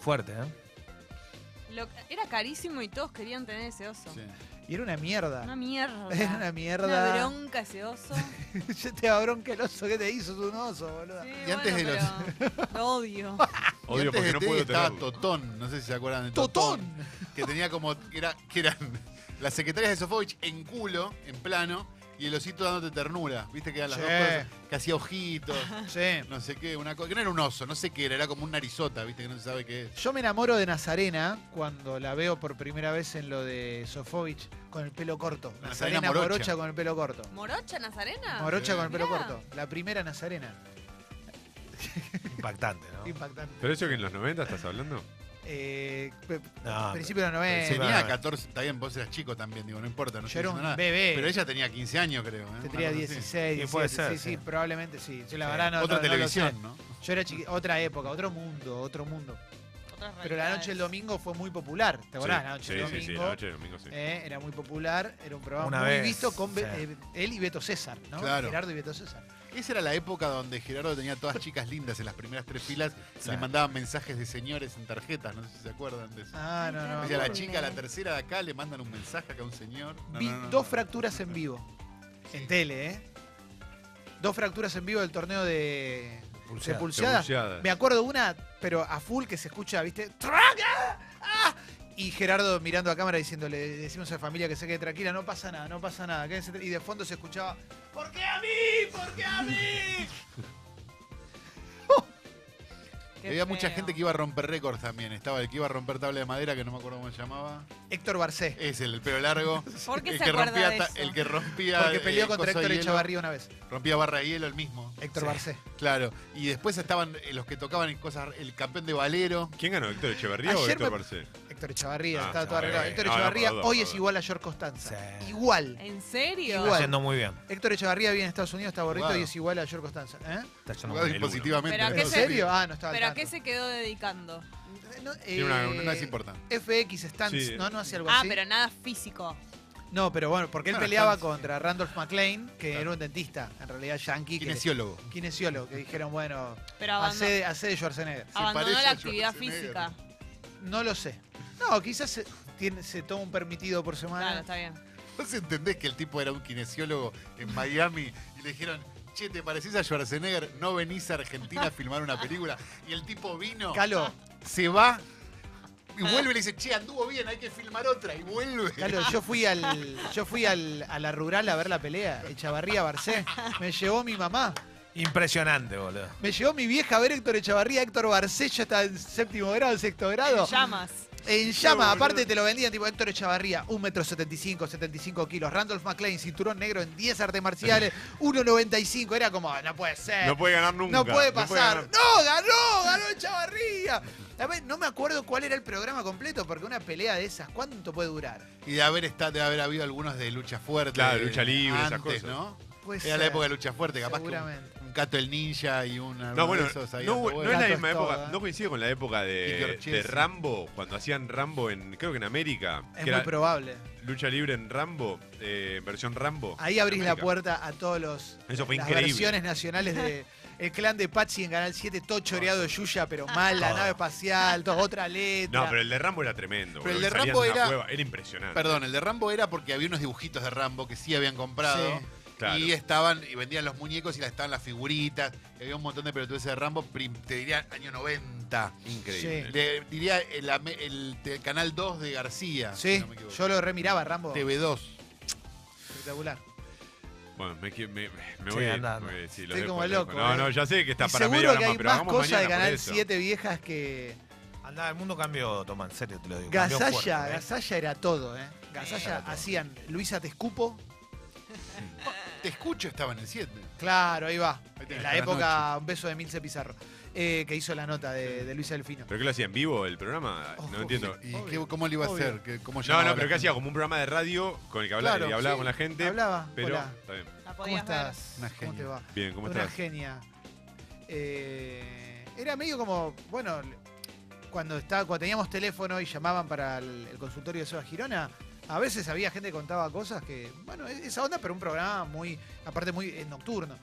Speaker 5: Fuerte, ¿eh?
Speaker 2: Lo- era carísimo y todos querían tener ese oso.
Speaker 6: Sí.
Speaker 3: Y era una mierda.
Speaker 2: Una mierda.
Speaker 3: Era una
Speaker 2: Una
Speaker 3: mierda.
Speaker 2: bronca ese oso.
Speaker 3: Yo te da bronca el oso que te hizo, es un oso, boludo.
Speaker 2: Sí,
Speaker 6: Y antes de
Speaker 2: bueno, pero Lo odio.
Speaker 1: Odio
Speaker 6: Y antes
Speaker 1: porque
Speaker 6: de
Speaker 1: no
Speaker 6: Teddy
Speaker 1: puedo
Speaker 6: estaba
Speaker 1: tener.
Speaker 6: Totón, no sé si se acuerdan de
Speaker 3: ¡Totón!
Speaker 6: Totón. Que tenía como. que Era, que eran las secretarias de Sofovich en culo, en plano, y el osito dándote ternura. Viste que eran las
Speaker 3: Sí.
Speaker 6: dos cosas. Que hacía ojitos,
Speaker 3: Sí.
Speaker 6: no sé qué, una cosa. Que no era un oso, no sé qué era, era como un narizota, viste, que no se sabe qué es.
Speaker 3: Yo me enamoro de Nazarena cuando la veo por primera vez en lo de Sofovich con el pelo corto.
Speaker 6: Nazarena
Speaker 3: Nazarena,
Speaker 6: morocha.
Speaker 3: morocha. con el pelo corto.
Speaker 2: ¿Morocha Nazarena?
Speaker 3: Morocha con el pelo
Speaker 2: Ah. Mirá.
Speaker 3: corto. La primera Nazarena.
Speaker 5: Impactante,
Speaker 6: Ah.
Speaker 5: ¿no?
Speaker 3: Impactante.
Speaker 1: ¿Pero eso que en los 90 estás hablando?
Speaker 3: Eh, pe-
Speaker 5: No,
Speaker 6: Ah,
Speaker 3: principio de los 90.
Speaker 5: principio-
Speaker 6: Tenía
Speaker 5: bueno.
Speaker 6: 14, está bien, vos eras chico también, digo, no importa, no
Speaker 3: Eh, Yo
Speaker 6: estoy
Speaker 3: era
Speaker 6: diciendo
Speaker 3: un
Speaker 6: nada.
Speaker 3: bebé.
Speaker 6: Pero ella tenía 15 años, creo. ¿eh? Una
Speaker 3: Tendría
Speaker 6: cosa así.
Speaker 3: 16,
Speaker 5: Sí, puede
Speaker 3: 17,
Speaker 5: ser,
Speaker 3: sí, sí,
Speaker 5: sí.
Speaker 3: probablemente sí. Yo la
Speaker 5: Sí.
Speaker 3: verdad no,
Speaker 6: Otra
Speaker 3: no- no lo
Speaker 6: televisión,
Speaker 3: sé.
Speaker 6: ¿no?
Speaker 3: Yo era chiqui otra época, otro mundo, otro mundo.
Speaker 2: Otras
Speaker 3: Pero la noche del domingo fue muy popular, ¿te acordás?
Speaker 1: Sí,
Speaker 3: la noche
Speaker 1: sí,
Speaker 3: del
Speaker 1: sí,
Speaker 3: domingo.
Speaker 1: sí, la noche del domingo sí.
Speaker 3: eh, era muy popular, era un programa
Speaker 5: Una
Speaker 3: muy
Speaker 5: vez,
Speaker 3: visto con Be-
Speaker 5: sí.
Speaker 3: eh, él y Beto César, ¿no?
Speaker 6: Claro.
Speaker 3: Gerardo y Beto César.
Speaker 6: Esa era la época donde Gerardo tenía todas chicas lindas en las primeras tres filas.
Speaker 5: Sí.
Speaker 6: Le mandaban mensajes de señores en tarjetas, no sé si se acuerdan de eso.
Speaker 3: Ah, no, no.
Speaker 2: claro.
Speaker 6: Decía,
Speaker 3: me
Speaker 6: la
Speaker 3: acuerdo.
Speaker 6: chica, la tercera de acá, le mandan un mensaje acá a un señor. No,
Speaker 3: Vi
Speaker 6: no, no,
Speaker 3: dos
Speaker 6: no.
Speaker 3: fracturas en vivo, en tele, ¿eh? Dos fracturas en vivo del torneo de, de
Speaker 5: Pulseada.
Speaker 3: pulseadas.
Speaker 1: Debullada.
Speaker 3: Me acuerdo de una, pero a full que se escucha, ¿viste? ¡Traca! ¡Ah! Y Gerardo mirando a cámara diciéndole, decimos a la familia que se quede tranquila, no pasa nada, no pasa nada. quédense tra-". Y de fondo se escuchaba, ¿por qué a mí? ¿Por qué a mí?
Speaker 6: Y había mucha gente que iba a romper récords también. Estaba el que iba a romper tabla de madera, que no me acuerdo cómo se llamaba.
Speaker 3: Héctor Barcé,
Speaker 6: Es el, del pelo largo.
Speaker 2: ¿Por qué
Speaker 6: el,
Speaker 2: se
Speaker 6: que
Speaker 2: acuerda
Speaker 6: rompía
Speaker 2: de
Speaker 6: ta-
Speaker 2: eso?
Speaker 6: el que rompía.
Speaker 3: porque peleó
Speaker 6: eh,
Speaker 3: contra
Speaker 6: cosa de
Speaker 3: Héctor
Speaker 6: hielo,
Speaker 3: Echavarría una vez.
Speaker 6: Rompía barra de hielo el mismo.
Speaker 3: Héctor
Speaker 5: Sí.
Speaker 3: Barcé.
Speaker 6: Claro. Y después estaban eh, los que tocaban en cosas. El campeón de Valero.
Speaker 1: ¿Quién ganó, Héctor Echeverría o
Speaker 3: Ayer
Speaker 1: Héctor
Speaker 3: me- Eh,
Speaker 1: Barcé?
Speaker 3: Héctor Echavarría,
Speaker 1: Ah,
Speaker 3: estaba todo
Speaker 5: Echavarría.
Speaker 3: arreglado. Héctor
Speaker 1: No, no,
Speaker 3: Echavarría
Speaker 1: perdón,
Speaker 3: hoy
Speaker 1: perdón.
Speaker 3: es igual a George Costanza.
Speaker 5: Sí.
Speaker 3: Igual.
Speaker 2: ¿En serio?
Speaker 5: Está
Speaker 3: Igual.
Speaker 5: yendo muy bien.
Speaker 3: Héctor Echavarría viene a Estados Unidos, está gordito
Speaker 6: Jugado.
Speaker 3: y es igual a George Costanza. ¿Eh?
Speaker 5: Está yendo muy
Speaker 6: Jugado
Speaker 5: bien.
Speaker 6: impositivamente.
Speaker 2: Pero ¿a
Speaker 3: ¿En
Speaker 2: qué
Speaker 6: ¿no?
Speaker 2: se-
Speaker 3: serio? Ah, no estaba al
Speaker 2: ¿Pero a qué
Speaker 3: tanto.
Speaker 2: se quedó dedicando?
Speaker 3: No, eh,
Speaker 1: Tiene una-
Speaker 6: No es importante.
Speaker 3: FX Stance,
Speaker 1: Sí.
Speaker 3: ¿no? No hacía algo
Speaker 2: Ah,
Speaker 3: así.
Speaker 2: pero nada físico.
Speaker 3: No, pero bueno, porque él
Speaker 6: Bueno,
Speaker 3: peleaba
Speaker 6: entonces,
Speaker 3: contra Randolph McLean, que era un dentista, en realidad yankee. que-
Speaker 6: Kinesiólogo.
Speaker 3: Kinesiólogo, que dijeron, bueno,
Speaker 2: Pero abandonó,
Speaker 3: hace, hace de Schwarzenegger.
Speaker 2: abandonó
Speaker 6: parece
Speaker 2: la
Speaker 6: a
Speaker 2: actividad
Speaker 6: Schwarzenegger.
Speaker 2: física.
Speaker 3: No lo sé. No, quizás se, tiene- se toma un permitido por
Speaker 2: Claro,
Speaker 3: semana.
Speaker 2: está bien.
Speaker 6: ¿Vos entendés que el tipo era un kinesiólogo en Miami y le dijeron, che, ¿te parecís a Schwarzenegger? ¿No venís a Argentina a filmar una película? Y el tipo vino,
Speaker 3: Calo,
Speaker 6: se va y vuelve y le dice, che, anduvo bien, hay que filmar otra. Y vuelve.
Speaker 3: Calo, yo fui al yo fui al, a la rural a ver la pelea, Echavarría Barcé. Me llevó mi mamá.
Speaker 5: Impresionante, boludo.
Speaker 3: Me llevó mi vieja a ver Héctor Echavarría, Héctor Barcé, yo estaba en séptimo grado, en sexto
Speaker 2: En
Speaker 3: grado.
Speaker 2: llamas.
Speaker 3: En llama,
Speaker 1: No,
Speaker 3: aparte
Speaker 1: boludo.
Speaker 3: te lo vendían tipo Héctor Echavarría, 1,75 metro 75, 75 kilos. Randolph McLean, cinturón negro en 10 artes marciales, 1,95. Era como, no puede ser.
Speaker 1: No puede ganar nunca.
Speaker 3: No puede pasar.
Speaker 1: ganar.
Speaker 3: No, ganó, ganó Echavarría. A ver, no me acuerdo cuál era el programa completo, porque una pelea de esas, ¿cuánto puede durar?
Speaker 6: Y de haber, estado, de haber habido algunos de lucha fuerte.
Speaker 1: Claro,
Speaker 6: de-
Speaker 1: lucha libre, esas
Speaker 6: antes,
Speaker 1: cosas.
Speaker 6: ¿no?
Speaker 3: Puede
Speaker 6: Era la
Speaker 3: ser.
Speaker 6: época de lucha fuerte, capaz que un-
Speaker 3: Seguramente.
Speaker 6: un, Cato el Ninja y una. uno
Speaker 1: No, bueno,
Speaker 6: de esos ahí
Speaker 1: no, no
Speaker 6: dando
Speaker 1: es
Speaker 6: vueltas.
Speaker 1: la
Speaker 3: Gato
Speaker 1: misma
Speaker 3: es
Speaker 1: época,
Speaker 3: todo, ¿eh?
Speaker 1: no coincide con la época
Speaker 6: Kid
Speaker 1: de,
Speaker 6: Orchesi.
Speaker 1: de Rambo, cuando hacían Rambo en, creo que en América,
Speaker 3: Es
Speaker 1: que
Speaker 3: muy
Speaker 1: era
Speaker 3: probable.
Speaker 1: lucha libre en Rambo, eh, versión Rambo.
Speaker 3: Ahí abrís la
Speaker 1: América.
Speaker 3: puerta a todos los
Speaker 1: Eso fue
Speaker 3: las
Speaker 1: increíble.
Speaker 3: versiones nacionales de el clan de Patsy en Canal 7, todo choreado de Yuya, pero mal, la
Speaker 1: Todo.
Speaker 3: nave espacial, todo, otra letra.
Speaker 1: No, pero el de Rambo era tremendo.
Speaker 6: Pero el
Speaker 1: boludo,
Speaker 6: de
Speaker 1: salías
Speaker 6: Rambo
Speaker 1: de una
Speaker 6: era-
Speaker 1: cueva, era impresionante.
Speaker 6: Perdón, el de Rambo era porque había unos dibujitos de Rambo que sí habían comprado.
Speaker 3: Sí.
Speaker 1: Claro.
Speaker 6: Y estaban, y vendían los muñecos y la- estaban las figuritas. Y había un montón de pelotudeces de Rambo, prim- te diría año 90.
Speaker 1: Increíble.
Speaker 6: Le diría el, ame- el te- canal 2 de
Speaker 1: Ah,
Speaker 6: García.
Speaker 3: sí,
Speaker 6: si no me equivoco.
Speaker 3: yo lo remiraba, Rambo.
Speaker 6: TV2.
Speaker 3: Espectacular.
Speaker 1: Bueno, me, qui- me, me
Speaker 5: Sí,
Speaker 1: voy,
Speaker 5: anda,
Speaker 1: me voy, sí, los
Speaker 3: Estoy
Speaker 1: dejo,
Speaker 3: como
Speaker 1: los dejo.
Speaker 3: loco,
Speaker 1: No,
Speaker 3: eh.
Speaker 1: no, ya sé que está
Speaker 3: Y
Speaker 1: para media
Speaker 3: seguro
Speaker 1: hora
Speaker 3: que
Speaker 1: más,
Speaker 3: hay
Speaker 1: pero
Speaker 3: más
Speaker 1: hagamos
Speaker 3: cosas de
Speaker 1: mañana por
Speaker 3: Canal
Speaker 1: eso.
Speaker 3: 7 viejas que.
Speaker 5: Andá, el mundo cambió, Tomás, en serio te lo digo. cambió fuerte,
Speaker 3: Gasalla,
Speaker 5: ¿eh?
Speaker 3: Gasalla era todo, ¿eh? Gasalla
Speaker 5: Era todo.
Speaker 3: hacían Luisa Te Escupo.
Speaker 6: Te escucho, estaba en el 7.
Speaker 3: Claro, ahí va.
Speaker 6: Ahí tenés,
Speaker 3: En la
Speaker 6: la
Speaker 3: época, un beso de Milce Pizarro, eh, que hizo la nota de, de Luisa Delfino.
Speaker 1: ¿Pero qué lo hacía en vivo el programa?
Speaker 3: Ojo,
Speaker 1: no entiendo.
Speaker 6: ¿Y
Speaker 3: Obvio,
Speaker 6: qué- cómo le iba a
Speaker 3: obvio.
Speaker 6: hacer? ¿Qué- ¿Cómo
Speaker 1: No,
Speaker 6: llamaba
Speaker 1: no,
Speaker 6: la
Speaker 1: pero que
Speaker 6: gente?
Speaker 1: hacía como un programa de radio con el que hablaba,
Speaker 6: Claro,
Speaker 1: y hablaba
Speaker 6: sí.
Speaker 1: con la gente.
Speaker 3: Hablaba.
Speaker 1: Pero,
Speaker 3: Hola,
Speaker 1: está bien.
Speaker 2: La
Speaker 3: ¿cómo
Speaker 2: podías ver.
Speaker 3: estás?
Speaker 6: Una
Speaker 3: ¿Cómo
Speaker 6: genia.
Speaker 3: te va?
Speaker 1: Bien, ¿cómo
Speaker 3: Una
Speaker 1: estás?
Speaker 3: genia. Eh, era medio como, bueno, l- cuando, estaba, cuando teníamos teléfono y llamaban para el, el consultorio de Soda Girona, a veces había gente que contaba cosas que, bueno, e- esa onda, pero un programa muy, aparte muy eh, nocturno.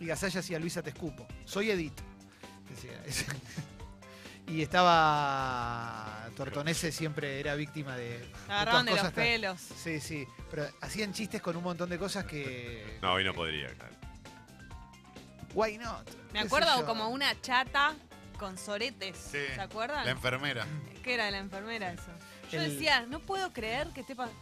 Speaker 3: Y Gasalla hacía Luisa Te Escupo. Soy Edith. decía. y estaba Tortonese siempre era víctima de, de
Speaker 2: La agarraban de
Speaker 3: todas
Speaker 2: los
Speaker 3: cosas tan-
Speaker 2: pelos.
Speaker 3: Sí, sí, pero hacían chistes con un montón de cosas que
Speaker 1: No, hoy no podría, claro.
Speaker 3: Why not?
Speaker 2: Me
Speaker 3: ¿Qué sé
Speaker 2: acuerdo
Speaker 3: yo?
Speaker 2: como una chata con soretes.
Speaker 6: Sí.
Speaker 2: ¿Se acuerdan?
Speaker 6: La enfermera.
Speaker 2: que era de la enfermera eso. Yo
Speaker 3: El-
Speaker 2: decía, no puedo creer que esté pasando.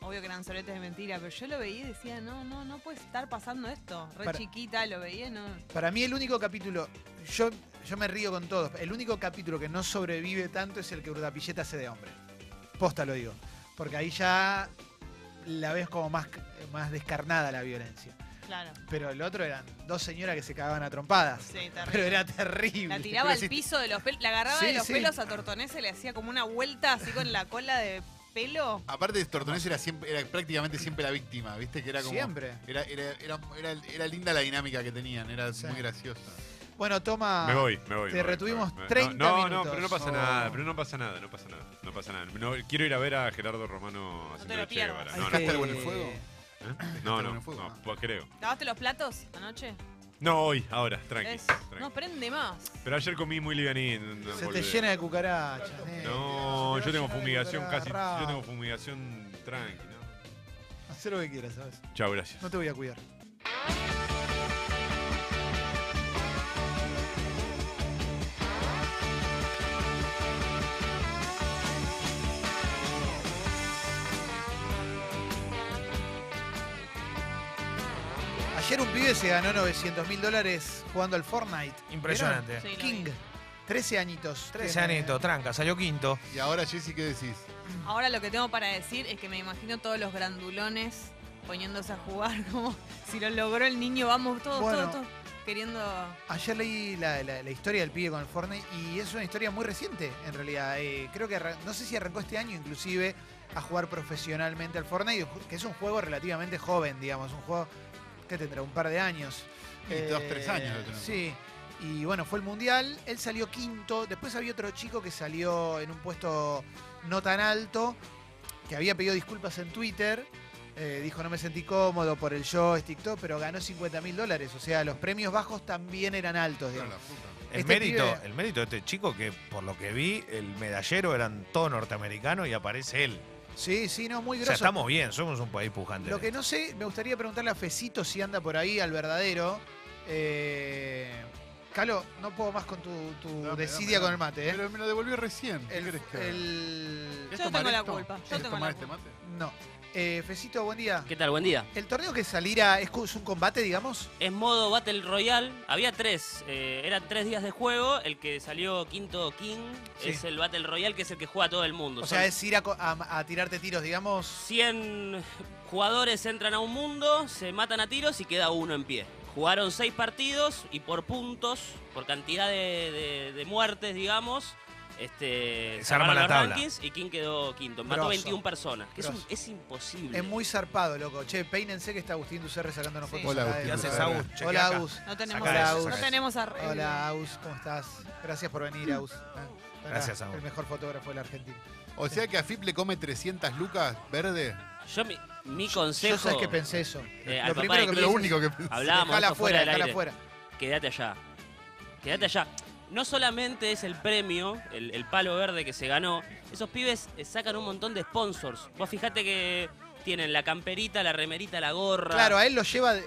Speaker 2: Obvio que eran soletes de mentira, pero yo lo veía y decía, no, no, no puede estar pasando esto. Re
Speaker 3: Para-
Speaker 2: chiquita, lo veía, no.
Speaker 3: Para mí el único capítulo, yo, yo me río con todos, el único capítulo que no sobrevive tanto es el que Urdapilleta hace de hombre. Posta lo digo. Porque ahí ya la ves como más, más descarnada la violencia.
Speaker 2: Claro.
Speaker 3: Pero el otro eran dos señoras que se cagaban a trompadas.
Speaker 2: Sí,
Speaker 3: Pero
Speaker 2: terrible.
Speaker 3: era terrible.
Speaker 2: La tiraba al
Speaker 3: Pero sí,
Speaker 2: piso de los pelos, la agarraba
Speaker 3: Sí,
Speaker 2: de los
Speaker 3: sí.
Speaker 2: pelos a Tortonese, le hacía como una vuelta así con la cola de pelo.
Speaker 6: Aparte de Tortonés era, siempre, era prácticamente siempre la víctima, ¿viste? Que era como.
Speaker 3: Siempre.
Speaker 6: Era, era, era, era, era linda la dinámica que tenían, era
Speaker 3: Sí.
Speaker 6: muy graciosa.
Speaker 3: Bueno, toma.
Speaker 1: Me voy, me voy.
Speaker 3: Ah, te
Speaker 1: me voy,
Speaker 3: retuvimos
Speaker 1: me voy.
Speaker 3: 30
Speaker 1: no, No,
Speaker 3: minutos.
Speaker 1: no, pero no pasa
Speaker 3: Oh.
Speaker 1: nada, pero no pasa nada, no pasa nada. No pasa nada. No, quiero ir a ver a Gerardo Romano haciendo
Speaker 2: te lo
Speaker 1: la Che Guevara.
Speaker 2: pierdas.
Speaker 1: No, no,
Speaker 6: ¿Dejaste algo en el
Speaker 3: Eh,
Speaker 6: fuego?
Speaker 1: ¿eh? no,
Speaker 6: algo en
Speaker 1: no,
Speaker 6: el fuego,
Speaker 1: no,
Speaker 6: ah.
Speaker 1: pues, creo.
Speaker 2: ¿Lavaste los platos anoche?
Speaker 1: No, hoy, ahora, tranqui.
Speaker 2: ¿Ves?
Speaker 1: tranqui.
Speaker 2: No prende más.
Speaker 1: Pero ayer comí muy livianín. no,
Speaker 3: Se te
Speaker 1: boludo.
Speaker 3: llena de cucarachas.
Speaker 1: No,
Speaker 3: eh. Se te
Speaker 1: yo
Speaker 3: va
Speaker 1: tengo
Speaker 3: a llenar de
Speaker 1: fumigación casi.
Speaker 3: cucarachas.
Speaker 1: Yo tengo fumigación tranqui, ¿no?
Speaker 3: Hacé lo que quieras, ¿sabes?
Speaker 1: Chao, gracias.
Speaker 3: No te voy a cuidar. Ayer un pibe se ganó 900 mil dólares jugando al Fortnite.
Speaker 5: Impresionante.
Speaker 2: Sí, lo
Speaker 3: King,
Speaker 2: vi.
Speaker 3: 13 añitos.
Speaker 5: 13
Speaker 3: tiene.
Speaker 5: añitos, tranca, salió quinto.
Speaker 6: Y ahora, Jessy, ¿qué decís?
Speaker 2: Ahora lo que tengo para decir es que me imagino todos los grandulones poniéndose a jugar como si lo logró el niño, vamos todos,
Speaker 3: Bueno.
Speaker 2: todos, todos queriendo...
Speaker 3: Ayer leí la, la- la historia del pibe con el Fortnite y es una historia muy reciente, en realidad. Eh, creo que arran- no sé si arrancó este año inclusive a jugar profesionalmente al Fortnite, que es un juego relativamente joven, digamos, un juego que tendrá un par de años. Eh,
Speaker 6: Y dos, tres años lo tenemos.
Speaker 3: Sí. Y bueno, fue el Mundial, él salió quinto, después había otro chico que salió en un puesto no tan alto, que había pedido disculpas en Twitter, eh, dijo no me sentí cómodo por el joystick, todo, pero ganó 50 mil dólares, o sea, los premios bajos también eran altos,
Speaker 6: Claro,
Speaker 3: digamos.
Speaker 6: la puta.
Speaker 5: El,
Speaker 3: Este
Speaker 5: mérito,
Speaker 3: pibe-
Speaker 5: el mérito de este chico que, por lo que vi, el medallero eran todos norteamericanos y aparece él.
Speaker 3: Sí, sí, no, muy
Speaker 5: O sea,
Speaker 3: grosso.
Speaker 5: estamos bien, somos un país pujante.
Speaker 3: Lo que no sé, me gustaría preguntarle a Fecito si anda por ahí al verdadero. Eh, Calo, no puedo más con tu, tu
Speaker 6: Dame,
Speaker 3: desidia
Speaker 6: dame,
Speaker 3: Uh, con el mate, ¿eh?
Speaker 6: Pero me lo devolvió recién. ¿Qué
Speaker 3: El-
Speaker 6: querés que haga?
Speaker 3: el-
Speaker 6: ¿Querés
Speaker 2: Yo
Speaker 6: tomar
Speaker 2: tengo la
Speaker 6: esto?
Speaker 2: culpa, yo
Speaker 6: ¿Querés
Speaker 2: tengo
Speaker 6: tomar
Speaker 2: la
Speaker 6: este
Speaker 2: culpa.
Speaker 6: mate?
Speaker 3: No. Eh, Fecito, buen día.
Speaker 4: ¿Qué tal? Buen día.
Speaker 3: ¿El torneo que salirá es, cu- es un combate, digamos?
Speaker 4: Es modo Battle Royale. Había tres. eh, eran tres días de juego. El que salió quinto King
Speaker 3: Sí.
Speaker 4: es el Battle Royale, que es el que juega todo el mundo.
Speaker 3: O
Speaker 4: Son
Speaker 3: sea, es ir a, co- a- a tirarte tiros, digamos.
Speaker 4: 100 jugadores entran a un mundo, se matan a tiros y queda uno en pie. Jugaron seis partidos y por puntos, por cantidad de, de- de muertes, digamos, Este,
Speaker 5: Se
Speaker 4: se
Speaker 5: arma
Speaker 4: armaron
Speaker 5: la
Speaker 4: los
Speaker 5: tabla.
Speaker 4: rankings y quién quedó quinto. Mató
Speaker 3: Grosso.
Speaker 4: 21 personas. que es, un-
Speaker 3: Grosso.
Speaker 4: es imposible.
Speaker 3: Es muy zarpado, loco. Che, peínense que está Agustín Ducerre sacándonos
Speaker 2: Sí.
Speaker 3: fotos.
Speaker 6: Hola,
Speaker 3: acá
Speaker 6: Agustín
Speaker 3: de-
Speaker 5: ¿Qué haces,
Speaker 6: Ducerre.
Speaker 5: Agus? Chequea
Speaker 3: Hola,
Speaker 5: acá.
Speaker 3: Agus.
Speaker 2: No tenemos,
Speaker 3: Hola,
Speaker 5: eso,
Speaker 2: arreglo.
Speaker 5: saca
Speaker 2: no
Speaker 5: eso.
Speaker 2: tenemos arreglo.
Speaker 3: Hola, Agus. ¿Cómo estás? Gracias por venir, Agus. Ah, acá,
Speaker 5: Gracias, Agus.
Speaker 3: El mejor fotógrafo de la Argentina.
Speaker 6: O sea que a FIP le come 300 lucas verde.
Speaker 4: Yo, mi, mi
Speaker 3: Yo
Speaker 4: consejo.
Speaker 3: sabes que pensé eso.
Speaker 4: eh, al papá de
Speaker 3: primero que
Speaker 6: Es
Speaker 4: Cris,
Speaker 6: lo único que
Speaker 4: hablábamos
Speaker 3: Dejala
Speaker 4: esto
Speaker 3: afuera,
Speaker 4: fuera del
Speaker 3: dejala
Speaker 4: aire.
Speaker 3: afuera.
Speaker 4: Quédate allá. Quédate allá. No solamente es el premio, el, el palo verde que se ganó, esos pibes eh, sacan un montón de sponsors. Vos fijate que tienen la camperita, la remerita, la gorra.
Speaker 3: Claro, a él lo lleva. de-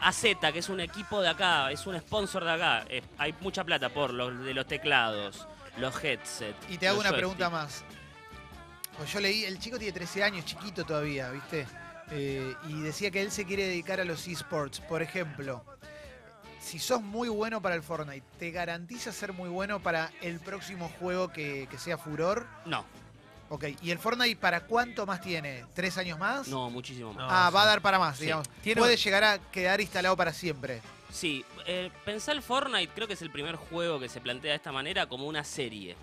Speaker 3: a- a-
Speaker 4: AZ, que es un equipo de acá, es un sponsor de acá. Es- hay mucha plata por los de los teclados, los headsets.
Speaker 3: y te hago una pregunta más. Pues yo leí, el chico tiene 13 años, chiquito todavía, ¿viste? Eh, y decía que él se quiere dedicar a los esports. Por ejemplo, si sos muy bueno para el Fortnite, ¿te garantiza ser muy bueno para el próximo juego que, que sea furor?
Speaker 4: No,
Speaker 3: Ok, ¿y el Fortnite para cuánto más tiene? ¿Tres años más?
Speaker 4: no, muchísimo más.
Speaker 5: No,
Speaker 3: Ah,
Speaker 5: sí.
Speaker 3: va a dar para más,
Speaker 4: Sí.
Speaker 3: digamos.
Speaker 5: Tiene-
Speaker 3: Puede llegar a quedar instalado para siempre.
Speaker 4: Sí, eh, pensá el Fortnite, creo que es el primer juego que se plantea de esta manera como una serie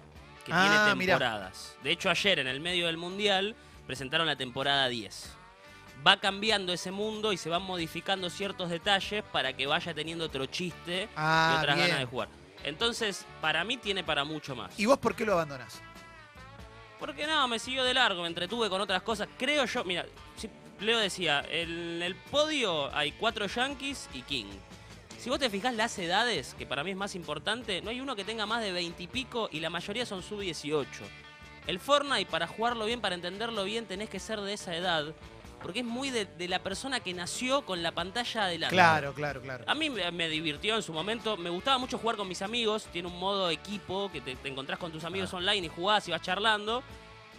Speaker 4: que
Speaker 3: Ah,
Speaker 4: tiene
Speaker 3: mirá.
Speaker 4: temporadas. De hecho, ayer en el medio del Mundial presentaron la temporada 10. Va cambiando ese mundo y se van modificando ciertos detalles para que vaya teniendo otro chiste y
Speaker 3: Ah,
Speaker 4: otras
Speaker 3: bien.
Speaker 4: ganas de jugar. Entonces, para mí tiene para mucho más.
Speaker 3: ¿Y vos por qué lo abandonás?
Speaker 4: Porque no, me siguió de largo, me entretuve con otras cosas. Creo yo, mira, si Leo decía, en el podio hay cuatro Yankees y King. Si vos te fijás las edades, que para mí es más importante, no hay uno que tenga más de 20 y pico y la mayoría son sub 18. El Fortnite, para jugarlo bien, para entenderlo bien, tenés que ser de esa edad. Porque es muy de, de la persona que nació con la pantalla adelante.
Speaker 3: Claro, claro, claro.
Speaker 4: A mí me me divirtió en su momento. Me gustaba mucho jugar con mis amigos. Tiene un modo equipo que te, te encontrás con tus amigos online y jugás y vas charlando.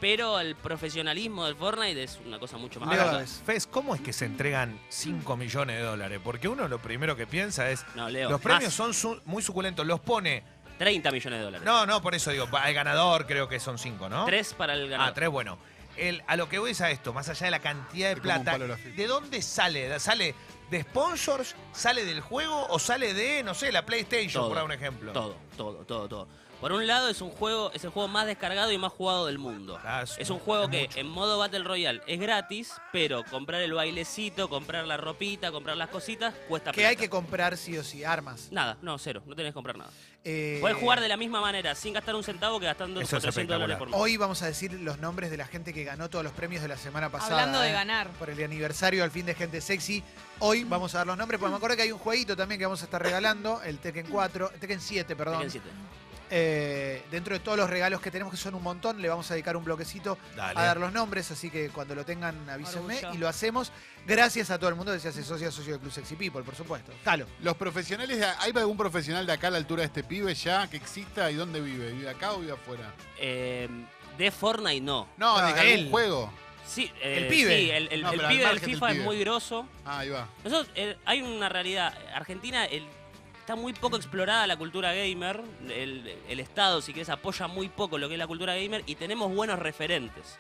Speaker 4: Pero el profesionalismo del Fortnite es una cosa mucho más
Speaker 3: Leo,
Speaker 4: alta.
Speaker 3: es-
Speaker 5: Fez, ¿cómo es que se entregan 5 millones de dólares? Porque uno lo primero que piensa es,
Speaker 4: No, Leo.
Speaker 5: los premios
Speaker 4: más,
Speaker 5: son su- muy suculentos, los pone...
Speaker 4: 30 millones de dólares.
Speaker 5: No, no, por eso digo, al ganador creo que son 5, ¿no?
Speaker 4: Tres para el ganador.
Speaker 5: Ah, tres, bueno. El- a lo que voy es a esto, más allá de la cantidad de
Speaker 6: Te como un
Speaker 5: plata,
Speaker 6: palo la fibra.
Speaker 5: ¿de dónde sale? ¿Sale de sponsors? ¿Sale del juego? ¿O sale de, no sé, la PlayStation,
Speaker 4: Todo,
Speaker 5: por dar un ejemplo?
Speaker 4: Todo, todo, todo, todo. Por un lado es un juego, es el juego más descargado y más jugado del mundo.
Speaker 5: Ah, es-
Speaker 4: es un juego
Speaker 5: es
Speaker 4: que
Speaker 5: mucho.
Speaker 4: en modo Battle Royale es gratis, pero comprar el bailecito, comprar la ropita, comprar las cositas, cuesta
Speaker 3: Que hay
Speaker 4: plata.
Speaker 3: que comprar sí o sí, armas.
Speaker 4: Nada, no, cero, no tenés que comprar nada.
Speaker 3: Eh,
Speaker 4: Podés jugar de la misma manera, sin gastar un centavo que gastando
Speaker 5: Eso es
Speaker 4: 400 dólares
Speaker 5: espectacular.
Speaker 4: por mes.
Speaker 3: Hoy vamos a decir los nombres de la gente que ganó todos los premios de la semana pasada.
Speaker 2: Hablando de
Speaker 3: ¿eh?
Speaker 2: ganar.
Speaker 3: Por el aniversario al fin de Gente Sexy. Hoy vamos a dar los nombres, porque me acuerdo que hay un jueguito también que vamos a estar regalando, el Tekken 4, Tekken 7, perdón.
Speaker 4: Tekken 7.
Speaker 3: Eh, dentro de todos los regalos que tenemos, que son un montón, le vamos a dedicar un bloquecito
Speaker 5: Dale.
Speaker 3: a dar los nombres, así que cuando lo tengan avísenme
Speaker 2: Orgullo.
Speaker 3: y lo hacemos. Gracias a todo el mundo que se hace socio, socio de Club Sexy People, por supuesto. Talo.
Speaker 6: Los profesionales, de- ¿hay algún profesional de acá a la altura de este pibe ya que exista y dónde vive? ¿Vive acá o vive afuera?
Speaker 4: Eh, de Fortnite no.
Speaker 6: No,
Speaker 3: Ah,
Speaker 6: de algún
Speaker 3: él.
Speaker 6: juego.
Speaker 4: Sí, eh,
Speaker 3: El pibe.
Speaker 4: sí, el, el-
Speaker 6: No,
Speaker 4: el
Speaker 6: pero al
Speaker 4: pibe del
Speaker 6: margen del
Speaker 4: FIFA
Speaker 6: pibe.
Speaker 4: es muy grosso.
Speaker 6: Ah, ahí va.
Speaker 4: Nosotros, eh, hay una realidad. Argentina el- está muy poco explorada la cultura gamer. El, el Estado, si querés, apoya muy poco lo que es la cultura gamer y tenemos buenos referentes.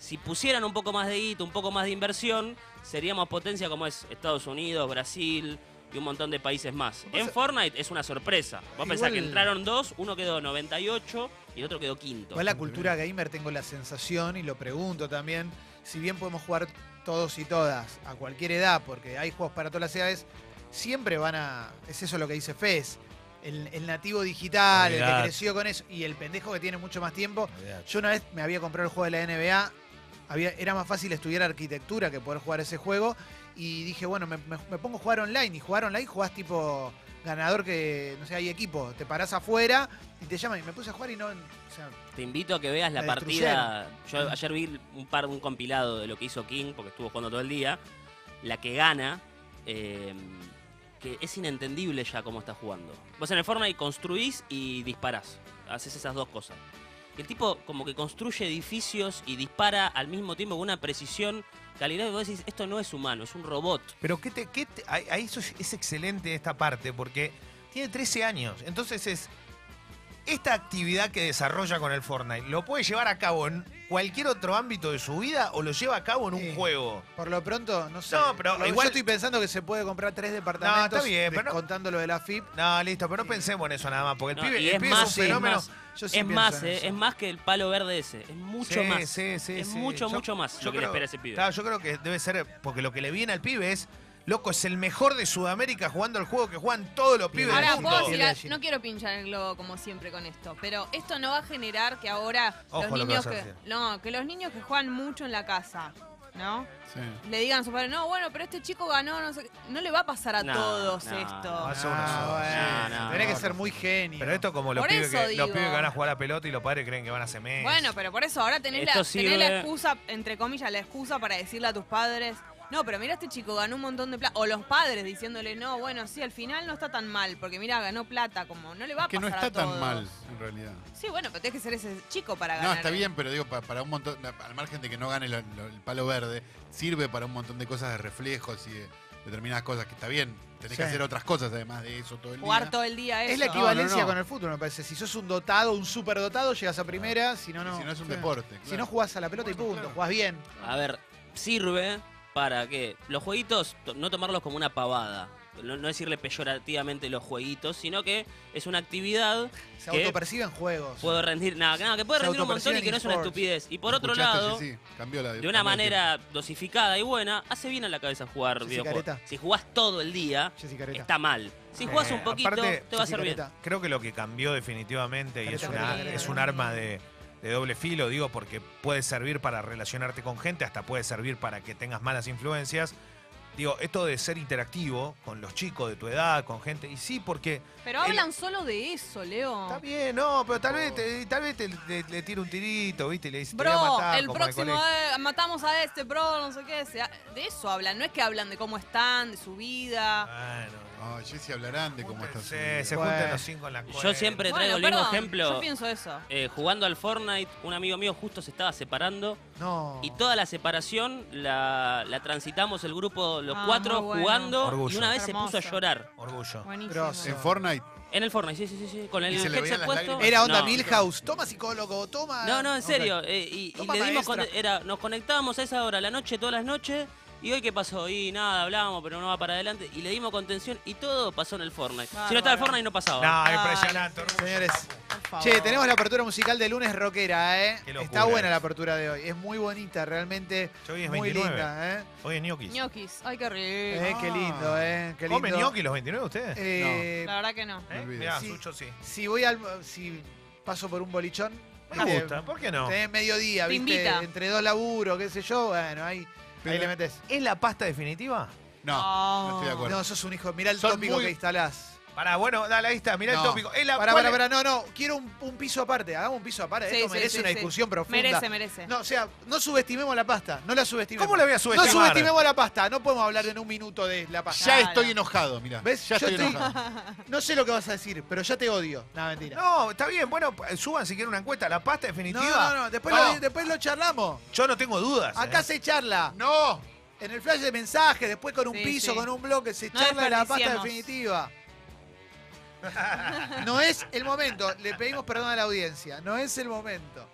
Speaker 4: Si pusieran un poco más de hito, un poco más de inversión, seríamos potencia como es Estados Unidos, Brasil y un montón de países más. En Fortnite es una sorpresa. Vos pensás
Speaker 3: Igual-
Speaker 4: que entraron dos, uno quedó 98 y el otro quedó quinto.
Speaker 3: Igual la cultura gamer tengo la sensación, y lo pregunto también, si bien podemos jugar todos y todas a cualquier edad, porque hay juegos para todas las edades, siempre van a... Es eso lo que dice Fez. El, el nativo digital, el que
Speaker 5: Olvidate.
Speaker 3: creció con eso, y el pendejo que tiene mucho más tiempo. Yo una vez me había comprado el juego de la NBA, había, era más fácil estudiar arquitectura que poder jugar ese juego, y dije, bueno, me, me- me pongo a jugar online, y jugar online jugás tipo ganador que, no sé, hay equipo, te parás afuera y te llaman, y me puse a jugar y no... o sea,
Speaker 4: Te invito a que veas la
Speaker 3: La
Speaker 4: partida. Yo ayer vi un par un compilado de lo que hizo King, porque estuvo jugando todo el día. La que gana, eh, que es inentendible ya cómo está jugando. Vos en el Fortnite construís y disparás. Haces esas dos cosas. Y el tipo como que construye edificios y dispara al mismo tiempo con una precisión. Calidad que vos decís, esto no es humano, es un robot.
Speaker 5: Pero ¿qué te, qué te- a, a eso es, es excelente esta parte, porque tiene 13 años, entonces es... esta actividad que desarrolla con el Fortnite, ¿lo puede llevar a cabo en cualquier otro ámbito de su vida o lo lleva a cabo en un
Speaker 3: Sí.
Speaker 5: juego?
Speaker 3: Por lo pronto, no sé.
Speaker 5: No, pero
Speaker 3: Por lo que
Speaker 5: igual-
Speaker 3: yo estoy pensando que se puede comprar tres departamentos
Speaker 5: está bien, pero no-
Speaker 3: contando lo de la FIP.
Speaker 5: No, listo, pero no pensemos en eso nada más, porque el
Speaker 4: No,
Speaker 5: pibe,
Speaker 4: y
Speaker 5: el
Speaker 4: es
Speaker 5: pibe
Speaker 4: más,
Speaker 5: es
Speaker 4: sí,
Speaker 5: un
Speaker 4: es
Speaker 5: fenómeno.
Speaker 4: más.
Speaker 3: Yo sí
Speaker 4: Es
Speaker 3: pienso
Speaker 4: más,
Speaker 3: en
Speaker 4: eh,
Speaker 3: eso.
Speaker 4: es más que el palo verde ese. Es mucho
Speaker 5: Sí,
Speaker 4: más.
Speaker 5: sí, sí,
Speaker 4: es
Speaker 5: sí.
Speaker 4: mucho,
Speaker 5: Yo-
Speaker 4: mucho más lo que le espera ese pibe.
Speaker 5: Claro, yo creo que debe ser, porque lo que le viene al pibe es, loco, es el mejor de Sudamérica jugando el juego que juegan todos los pibes
Speaker 2: Ahora,
Speaker 5: del mundo.
Speaker 2: ¿puedo decir
Speaker 3: Piel de
Speaker 2: a-
Speaker 3: gallina.
Speaker 2: no quiero pinchar el globo como siempre con esto, pero esto no va a generar que ahora
Speaker 5: Ojo
Speaker 2: los
Speaker 5: lo que
Speaker 2: niños
Speaker 5: vas a
Speaker 2: que,
Speaker 5: decir.
Speaker 2: no, que los niños que juegan mucho en la casa, ¿no?
Speaker 6: Sí.
Speaker 2: Le digan a su padre, no, bueno, pero este chico ganó, no sé, qué". no le va a pasar a
Speaker 4: No,
Speaker 2: todos
Speaker 4: no,
Speaker 2: esto.
Speaker 5: no, eso-
Speaker 3: Ah,
Speaker 4: No, no,
Speaker 3: Tenés
Speaker 5: no,
Speaker 3: que ser
Speaker 5: no.
Speaker 3: muy genio.
Speaker 5: Pero esto como los
Speaker 2: Por
Speaker 5: pibes,
Speaker 2: eso
Speaker 5: que,
Speaker 2: digo.
Speaker 5: los pibes que van a jugar a pelota y los padres creen que van a hacer mes.
Speaker 2: Bueno, pero por eso ahora tenés, la,
Speaker 4: Esto
Speaker 2: tenés la
Speaker 4: sirve-
Speaker 2: excusa, entre comillas, la excusa para decirle a tus padres, no, pero mira este chico ganó un montón de plata. O los padres diciéndole, no, bueno, sí, al final no está tan mal, porque mira, ganó plata, como no le va a
Speaker 6: Que no
Speaker 2: pasar
Speaker 6: está
Speaker 2: a todos.
Speaker 6: tan mal, en realidad.
Speaker 2: Sí, bueno, pero tenés que ser ese chico para ganar.
Speaker 6: No, está
Speaker 2: ¿eh?
Speaker 6: bien, pero digo, pa- para un montón, al margen de que no gane lo- lo- el palo verde, sirve para un montón de cosas de reflejos y de determinadas cosas, que está bien. Tenés que
Speaker 3: Sí.
Speaker 6: hacer otras cosas además de eso todo el
Speaker 2: Jugar
Speaker 6: día.
Speaker 2: todo el día eso.
Speaker 3: Es la
Speaker 6: equiva-
Speaker 3: equivalencia
Speaker 6: No, no, no.
Speaker 3: con el fútbol, me parece. Si sos un dotado, un superdotado, llegas a primera, si no,
Speaker 6: Y
Speaker 3: no.
Speaker 6: si no es un
Speaker 3: Sí.
Speaker 6: deporte.
Speaker 3: Si
Speaker 6: claro.
Speaker 3: no jugás a la pelota y
Speaker 6: Bueno,
Speaker 3: punto,
Speaker 6: claro.
Speaker 3: jugás bien.
Speaker 4: A ver, sirve para que los jueguitos, to- no tomarlos como una pavada. No, no decirle peyorativamente los jueguitos, sino que es una actividad,
Speaker 3: Se
Speaker 4: ¿Qué?
Speaker 3: autoperciben juegos.
Speaker 4: puedo rendir, nada, nada, que puede
Speaker 3: Se
Speaker 4: rendir un montón y que no es una
Speaker 3: autoperciben
Speaker 4: estupidez. Y por otro
Speaker 6: ¿Escuchaste?
Speaker 4: lado,
Speaker 6: Sí, sí, cambió la-
Speaker 4: de
Speaker 6: cambió
Speaker 4: una
Speaker 6: el
Speaker 4: manera dosificada y buena, hace bien a la cabeza jugar
Speaker 3: Jessica
Speaker 4: videojuegos.
Speaker 3: Areta.
Speaker 4: Si jugás todo el día,
Speaker 3: Jessica Areta.
Speaker 4: está mal. Si jugás
Speaker 5: Eh,
Speaker 4: un poquito,
Speaker 5: aparte,
Speaker 4: te va a
Speaker 3: Jessica
Speaker 4: hacer bien.
Speaker 3: Areta.
Speaker 5: Creo que lo que cambió definitivamente, y es,
Speaker 3: Careta,
Speaker 5: una,
Speaker 3: careta,
Speaker 5: es un
Speaker 2: careta.
Speaker 5: arma de, de doble filo, digo, porque puede servir para relacionarte con gente, hasta puede servir para que tengas malas influencias. Digo, esto de ser interactivo con los chicos de tu edad, con gente, y sí, porque
Speaker 2: Pero
Speaker 5: el-
Speaker 2: hablan solo de eso, Leo.
Speaker 5: está bien, no, pero tal vez, te, tal vez te- le, le tira un tirito, ¿viste? Y le dice, te voy a
Speaker 2: Bro,
Speaker 5: matar,
Speaker 2: el
Speaker 5: como en
Speaker 2: próximo
Speaker 5: colegio.
Speaker 2: eh, matamos a este, bro, no sé qué. se ha- de eso hablan, no es que hablan de cómo están, de su vida.
Speaker 5: Bueno,
Speaker 6: Ay, Jessy, hablarán de cómo está. su
Speaker 5: se,
Speaker 6: vida.
Speaker 5: se
Speaker 3: Bueno.
Speaker 5: juntan los cinco en la
Speaker 4: Yo siempre
Speaker 2: Bueno,
Speaker 4: traigo el mismo
Speaker 2: perdón, Yo
Speaker 4: ejemplo.
Speaker 2: pienso eso.
Speaker 4: Eh, jugando al Fortnite, un amigo mío justo se estaba separando
Speaker 3: No.
Speaker 4: y toda la separación la, la transitamos el grupo, los
Speaker 2: Ah,
Speaker 4: cuatro
Speaker 2: muy bueno.
Speaker 4: jugando, y
Speaker 5: Orgullo.
Speaker 4: una vez
Speaker 2: Hermoso.
Speaker 4: se puso a llorar.
Speaker 5: Orgullo.
Speaker 2: Buenísimo.
Speaker 3: Grosso.
Speaker 6: En Fortnite.
Speaker 4: En el Fortnite, sí, sí, sí, sí, con el
Speaker 6: Y se le
Speaker 4: headset
Speaker 6: veían las
Speaker 4: puesto.
Speaker 6: lágrimas.
Speaker 3: Era onda
Speaker 4: no.
Speaker 3: Milhouse. Toma psicólogo, toma.
Speaker 4: No, no, en
Speaker 3: Ok.
Speaker 4: serio. eh, y y
Speaker 3: Toma,
Speaker 4: le dimos
Speaker 3: maestra.
Speaker 4: conte- era, nos conectábamos a esa hora, la noche, todas las noches. Y hoy qué pasó? Y nada, hablábamos, pero no va para adelante. Y le dimos contención y todo pasó en el Fortnite. Si no estaba el
Speaker 2: Bárbaro.
Speaker 4: Fortnite no pasaba.
Speaker 5: No, impresionante, orgullo.
Speaker 3: Señores.
Speaker 2: Por favor.
Speaker 3: Che, tenemos la apertura musical de lunes rockera, ¿eh?
Speaker 5: Qué locura.
Speaker 3: Está buena la apertura de hoy. Es muy bonita, realmente.
Speaker 5: Hoy es
Speaker 3: muy
Speaker 5: 29.
Speaker 3: linda, ¿eh?
Speaker 5: Hoy es ñoquis.
Speaker 2: Ñoquis, ay, qué rico.
Speaker 3: Eh, Qué lindo, ¿eh? Qué lindo.
Speaker 5: ¿Comen ñoquis los 29 ustedes?
Speaker 3: Eh,
Speaker 2: La verdad que no.
Speaker 5: ¿Eh?
Speaker 6: olvides.
Speaker 5: Mirá,
Speaker 3: Sí.
Speaker 5: Sucho sí.
Speaker 3: Si voy al. Si paso por un bolichón.
Speaker 5: Me
Speaker 3: viste,
Speaker 5: gusta, ¿por qué no?
Speaker 3: Tenés mediodía,
Speaker 2: Te
Speaker 3: viste,
Speaker 2: invita.
Speaker 3: entre dos laburos, qué sé yo, bueno, ahí, ahí
Speaker 6: Pero-
Speaker 3: le metes.
Speaker 5: ¿Es la pasta definitiva?
Speaker 6: No, no estoy de acuerdo.
Speaker 3: No, sos un hijo, mirá el
Speaker 6: Son
Speaker 3: tópico
Speaker 6: muy-
Speaker 3: que instalás.
Speaker 5: Pará, bueno, dale, ahí está, mirá
Speaker 6: No.
Speaker 5: el tópico. ¿Es la,
Speaker 3: Pará,
Speaker 5: cuál
Speaker 3: pará, pará,
Speaker 5: es-
Speaker 3: no, no, quiero un, un piso aparte, hagamos un piso aparte,
Speaker 2: Ah, Sí,
Speaker 3: esto
Speaker 2: sí,
Speaker 3: merece
Speaker 2: sí,
Speaker 3: una
Speaker 2: sí.
Speaker 3: discusión profunda.
Speaker 2: Merece, merece.
Speaker 3: No, o sea, no subestimemos la pasta, no la subestimemos.
Speaker 5: ¿Cómo la voy a subestimar?
Speaker 3: No subestimemos la pasta, no podemos hablar en un minuto de la pasta.
Speaker 6: Ya
Speaker 2: Claro.
Speaker 6: estoy enojado, mirá.
Speaker 3: ¿Ves?
Speaker 6: Ya
Speaker 3: Yo
Speaker 6: estoy
Speaker 3: estoy-
Speaker 6: enojado.
Speaker 3: No sé lo que vas a decir, pero ya te odio. No, mentira.
Speaker 5: No, está bien, bueno, p- suban si quieren una encuesta. ¿La pasta definitiva?
Speaker 3: no, no, después,
Speaker 5: Pará,
Speaker 3: lo, después lo charlamos.
Speaker 5: Yo no tengo dudas.
Speaker 3: Acá
Speaker 5: eh.
Speaker 3: se charla.
Speaker 6: ¡No!
Speaker 3: En el flash de mensaje, después con un
Speaker 2: Sí,
Speaker 3: piso,
Speaker 2: sí.
Speaker 3: con un bloque, se
Speaker 2: No
Speaker 3: charla la pasta
Speaker 2: desperdiciemos.
Speaker 3: definitiva. No es el momento, le pedimos perdón a la audiencia, no es el momento.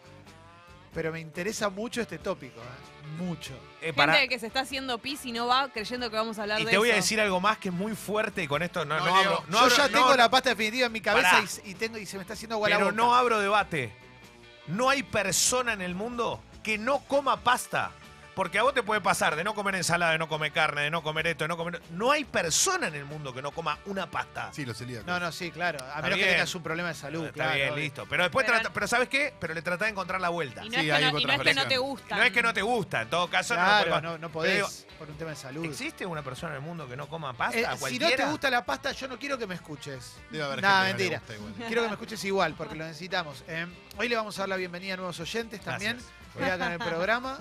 Speaker 3: Pero me interesa mucho este tópico, ¿eh? mucho.
Speaker 5: Eh,
Speaker 2: Gente
Speaker 5: pará.
Speaker 2: que se está haciendo pis y no va creyendo que vamos a hablar
Speaker 5: Y
Speaker 2: de
Speaker 5: te voy a
Speaker 2: eso.
Speaker 5: decir algo más que es muy fuerte y con esto no,
Speaker 6: No,
Speaker 5: no
Speaker 6: Leo,
Speaker 5: abro. No
Speaker 3: Yo
Speaker 5: abro-
Speaker 3: ya
Speaker 5: no-
Speaker 3: tengo la pasta definitiva en mi cabeza
Speaker 5: Pará.
Speaker 3: y, s- y tengo, y se me está haciendo agua la
Speaker 5: Pero
Speaker 3: boca.
Speaker 5: no abro debate. No hay persona en el mundo que no coma pasta. Porque a vos te puede pasar de no comer ensalada, de no comer carne, de no comer esto, de no comer. No hay persona en el mundo que no coma una pasta.
Speaker 6: Sí, los celíacos.
Speaker 3: no, no, sí, claro. A menos
Speaker 5: bien.
Speaker 3: que tengas un problema de salud,
Speaker 5: Está
Speaker 3: claro.
Speaker 5: bien,
Speaker 3: obvio.
Speaker 5: listo. Pero después
Speaker 2: Pero-
Speaker 5: trata- pero ¿sabes qué? Pero le tratás de encontrar la vuelta.
Speaker 2: Y
Speaker 5: No
Speaker 2: no,
Speaker 6: Sí,
Speaker 2: es,
Speaker 6: hay
Speaker 2: que no, y no
Speaker 6: otras
Speaker 2: es que no
Speaker 6: cosas.
Speaker 2: te gusta.
Speaker 5: es que no te gusta, en todo caso
Speaker 3: Claro,
Speaker 5: no,
Speaker 3: no, no
Speaker 5: Pero digo,
Speaker 3: podés por un tema de salud.
Speaker 5: ¿Existe una persona en el mundo que no coma
Speaker 3: Eh,
Speaker 5: pasta?
Speaker 3: si no te
Speaker 5: cualquiera?
Speaker 3: gusta la pasta, yo no quiero que me escuches.
Speaker 6: Debe haber
Speaker 3: Nah,
Speaker 6: gente que no le
Speaker 3: mentira.
Speaker 6: gusta igual.
Speaker 3: Quiero que me escuches igual, porque lo necesitamos. Eh, hoy le vamos a dar la bienvenida a nuevos oyentes también.
Speaker 5: Gracias.
Speaker 3: Hoy acá en el programa.